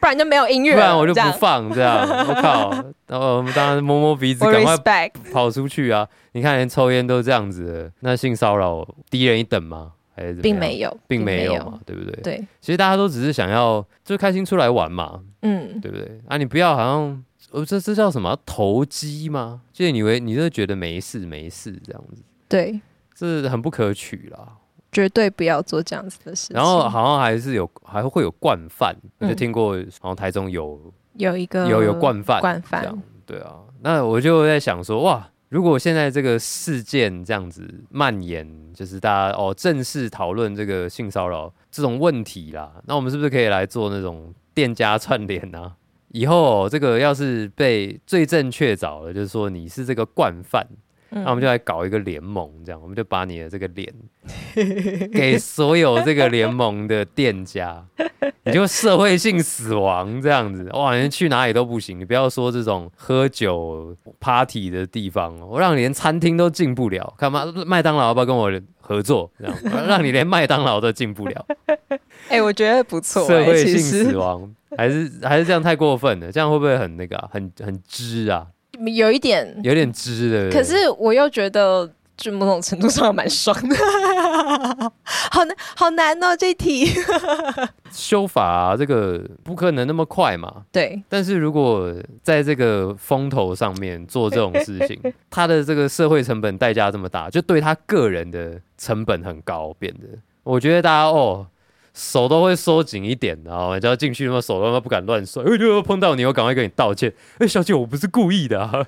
Speaker 2: 不然就没有音
Speaker 1: 不
Speaker 2: 乐了，
Speaker 1: 然我就
Speaker 2: 这
Speaker 1: 不
Speaker 2: 样
Speaker 1: 放这样。我靠！然后我们当然摸摸鼻子，
Speaker 2: 我
Speaker 1: 赶快
Speaker 2: respect，
Speaker 1: 跑出去啊！你看连抽烟都这样子了，那性骚扰低人一等吗？还是怎么
Speaker 2: 并
Speaker 1: 样
Speaker 2: 没，有，
Speaker 1: 啊并没有嘛，，对不对？
Speaker 2: 对，
Speaker 1: 其实大家都只是想要就开心出来玩嘛，
Speaker 2: 嗯，
Speaker 1: 对不对？啊，你不要好像哦，这这叫什么投机吗？就是你以为你就觉得没事没事这样子，
Speaker 2: 对，
Speaker 1: 这很不可取啦。
Speaker 2: 绝对不要做这样子的事情。
Speaker 1: 然后好像还是有还会有惯犯，我就
Speaker 2: 嗯
Speaker 1: 听过好像台中有
Speaker 2: 有一个
Speaker 1: 有有惯犯，
Speaker 2: 惯
Speaker 1: 啊这
Speaker 2: 犯
Speaker 1: 样，对啊，那我就在想说，哇，如果现在这个事件这样子蔓延，就是大家哦正式讨论这个性骚扰这种问题啦，那我们是不是可以来做那种店家串联啊？以后、哦、这个要是被罪证确凿了，就是说你是这个惯犯，
Speaker 2: 嗯
Speaker 1: 那我们就来搞一个联盟，这样我们就把你的这个脸 <laughs> 给所有这个联盟的店
Speaker 2: <laughs>
Speaker 1: 家，你就社会性死亡这样子，哇，你去哪里都不行，你不要说这种喝酒 party 的地方哦，我让你连餐厅都进不了，干嘛？麦当劳要不要跟我合作？这样让你连麦当劳都进不了，
Speaker 2: 哎、我觉得不 <laughs> 错、
Speaker 1: 社
Speaker 2: 哎
Speaker 1: 会
Speaker 2: 其
Speaker 1: 性
Speaker 2: 实
Speaker 1: 死亡，还是还是这样太过分了，这样会不会很那个、啊，很很知啊，
Speaker 2: 有一点，
Speaker 1: 有点知的。
Speaker 2: 可是我又觉得，就某种程度上蛮爽的， <laughs> 好难，好难哦，这一题。
Speaker 1: 修法、啊、这个不可能那么快嘛。
Speaker 2: 对，
Speaker 1: 但是如果在这个风头上面做这种事情，他的这个社会成本代价这么大，就对他个人的成本很高，变得我觉得大家哦。手都会收紧一点，啊然后就要进去的话，手他妈不敢乱甩，哎呦碰到你，我赶快跟你道歉。哎、小姐，我不是故意的啊。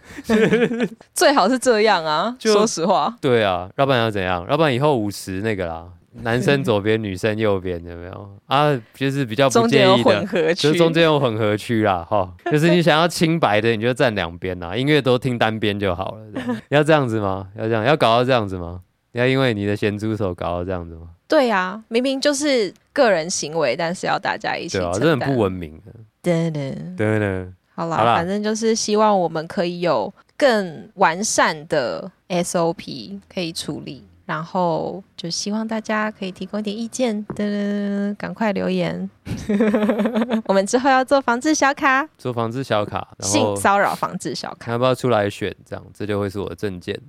Speaker 2: 最好是这样啊，
Speaker 1: 就
Speaker 2: 说实话，
Speaker 1: 对啊，要不然要怎样？要不然以后舞池那个啦，男生左边，女生右边，有没有啊？就是比较不
Speaker 2: 中
Speaker 1: 介
Speaker 2: 间有
Speaker 1: 意的
Speaker 2: 混，合
Speaker 1: 就
Speaker 2: 区，
Speaker 1: 是中间有混合区啦，哈，就是你想要清白的，你就站两边啊啦，音乐都听单边就好了。这
Speaker 2: <laughs>
Speaker 1: 样要这样子吗？要这样？要搞到这样子吗？要因为你的咸猪手搞到这样子吗？
Speaker 2: 对啊，明明就是个人行为，但是要大家一起
Speaker 1: 对啊，
Speaker 2: 承
Speaker 1: 这很
Speaker 2: 担
Speaker 1: 不。文明的。
Speaker 2: 对对，
Speaker 1: 对呢，
Speaker 2: 好啦，
Speaker 1: 好啦
Speaker 2: 反正就是希望我们可以有更完善的 SOP 可以处理，然后就希望大家可以提供一点意见，噔噔，赶快留言。 <laughs> 我们之后要做防治小卡，
Speaker 1: 做防治小卡，然
Speaker 2: 性
Speaker 1: 后
Speaker 2: 骚扰防治小卡，
Speaker 1: 看要不要出来选，这样这就会是我的证件。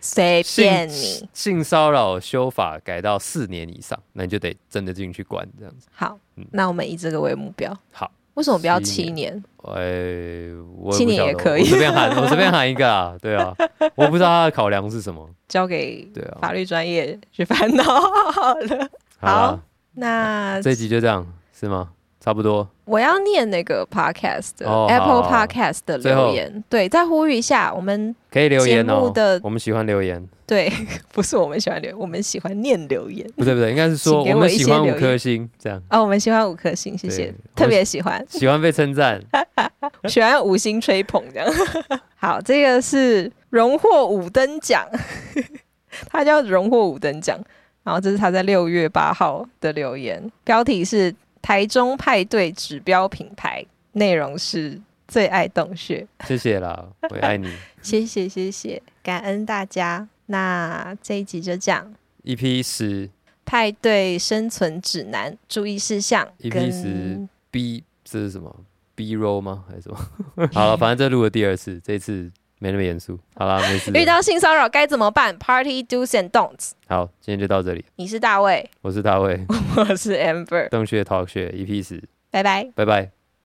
Speaker 2: 随
Speaker 1: 性
Speaker 2: 便你。
Speaker 1: 性骚扰修法改到四年以上，那你就得真的进去关这样子。
Speaker 2: 好
Speaker 1: 嗯，
Speaker 2: 那我们以这个为目标。
Speaker 1: 好，
Speaker 2: 为什么不要
Speaker 1: 七
Speaker 2: 七年？
Speaker 1: 哎、我
Speaker 2: 七
Speaker 1: 不
Speaker 2: 年
Speaker 1: 晓
Speaker 2: 也
Speaker 1: 得
Speaker 2: 可
Speaker 1: 我
Speaker 2: 以
Speaker 1: 我随便喊，我随便喊一个啊，对啊，我不知道他的考量是什么，
Speaker 2: 交给
Speaker 1: 对啊。
Speaker 2: 法律专业去烦恼好了。
Speaker 1: 好啦
Speaker 2: <laughs> 好那
Speaker 1: 这一集就这样是吗？差不多，
Speaker 2: 我要念那个 podcast 的、
Speaker 1: 哦好
Speaker 2: Apple
Speaker 1: 好
Speaker 2: podcast 的
Speaker 1: 最后
Speaker 2: 留言，对，再呼吁一下，我们
Speaker 1: 可以留言
Speaker 2: 节目
Speaker 1: 哦
Speaker 2: 的。
Speaker 1: 我们喜欢留
Speaker 2: <laughs>
Speaker 1: 言，
Speaker 2: 对不是我们喜欢留言，我们喜欢念留言
Speaker 1: 不对不对，应该是说
Speaker 2: 请给
Speaker 1: 我
Speaker 2: 我
Speaker 1: 们
Speaker 2: 一
Speaker 1: 喜
Speaker 2: 些
Speaker 1: 欢五
Speaker 2: 留言
Speaker 1: 颗星，这样
Speaker 2: 啊、我们喜欢五颗星，谢谢
Speaker 1: 对，
Speaker 2: 特
Speaker 1: 我
Speaker 2: 别喜
Speaker 1: <laughs>
Speaker 2: 欢，
Speaker 1: 喜欢被称赞。
Speaker 2: 喜欢五星吹捧这样。 <laughs> 好，这个是荣获五等奖， <laughs> 他叫荣获五等奖，然后这是他在六月八号的留言，标题是台中派对指标品牌，内容是最爱洞穴。
Speaker 1: 谢谢啦，我也爱你。
Speaker 2: 谢谢谢谢，感恩大家。那这一集就这样，
Speaker 1: EP 十
Speaker 2: 派对生存指南注意事项
Speaker 1: EP
Speaker 2: 跟
Speaker 1: 10 B 这是什么？B roll 吗？还是什么？ <laughs> 好了，反正这录了第二次，这次没那么严肃。好啦，没事了。
Speaker 2: 遇到性骚扰该怎么办？Party do's and don'ts。
Speaker 1: 好，今天就到这里。
Speaker 2: 你是大卫，
Speaker 1: 我是大卫，
Speaker 2: <laughs> 我是 Amber，
Speaker 1: 洞穴 Talk 穴 EP 十，
Speaker 2: 拜拜。
Speaker 1: 拜拜。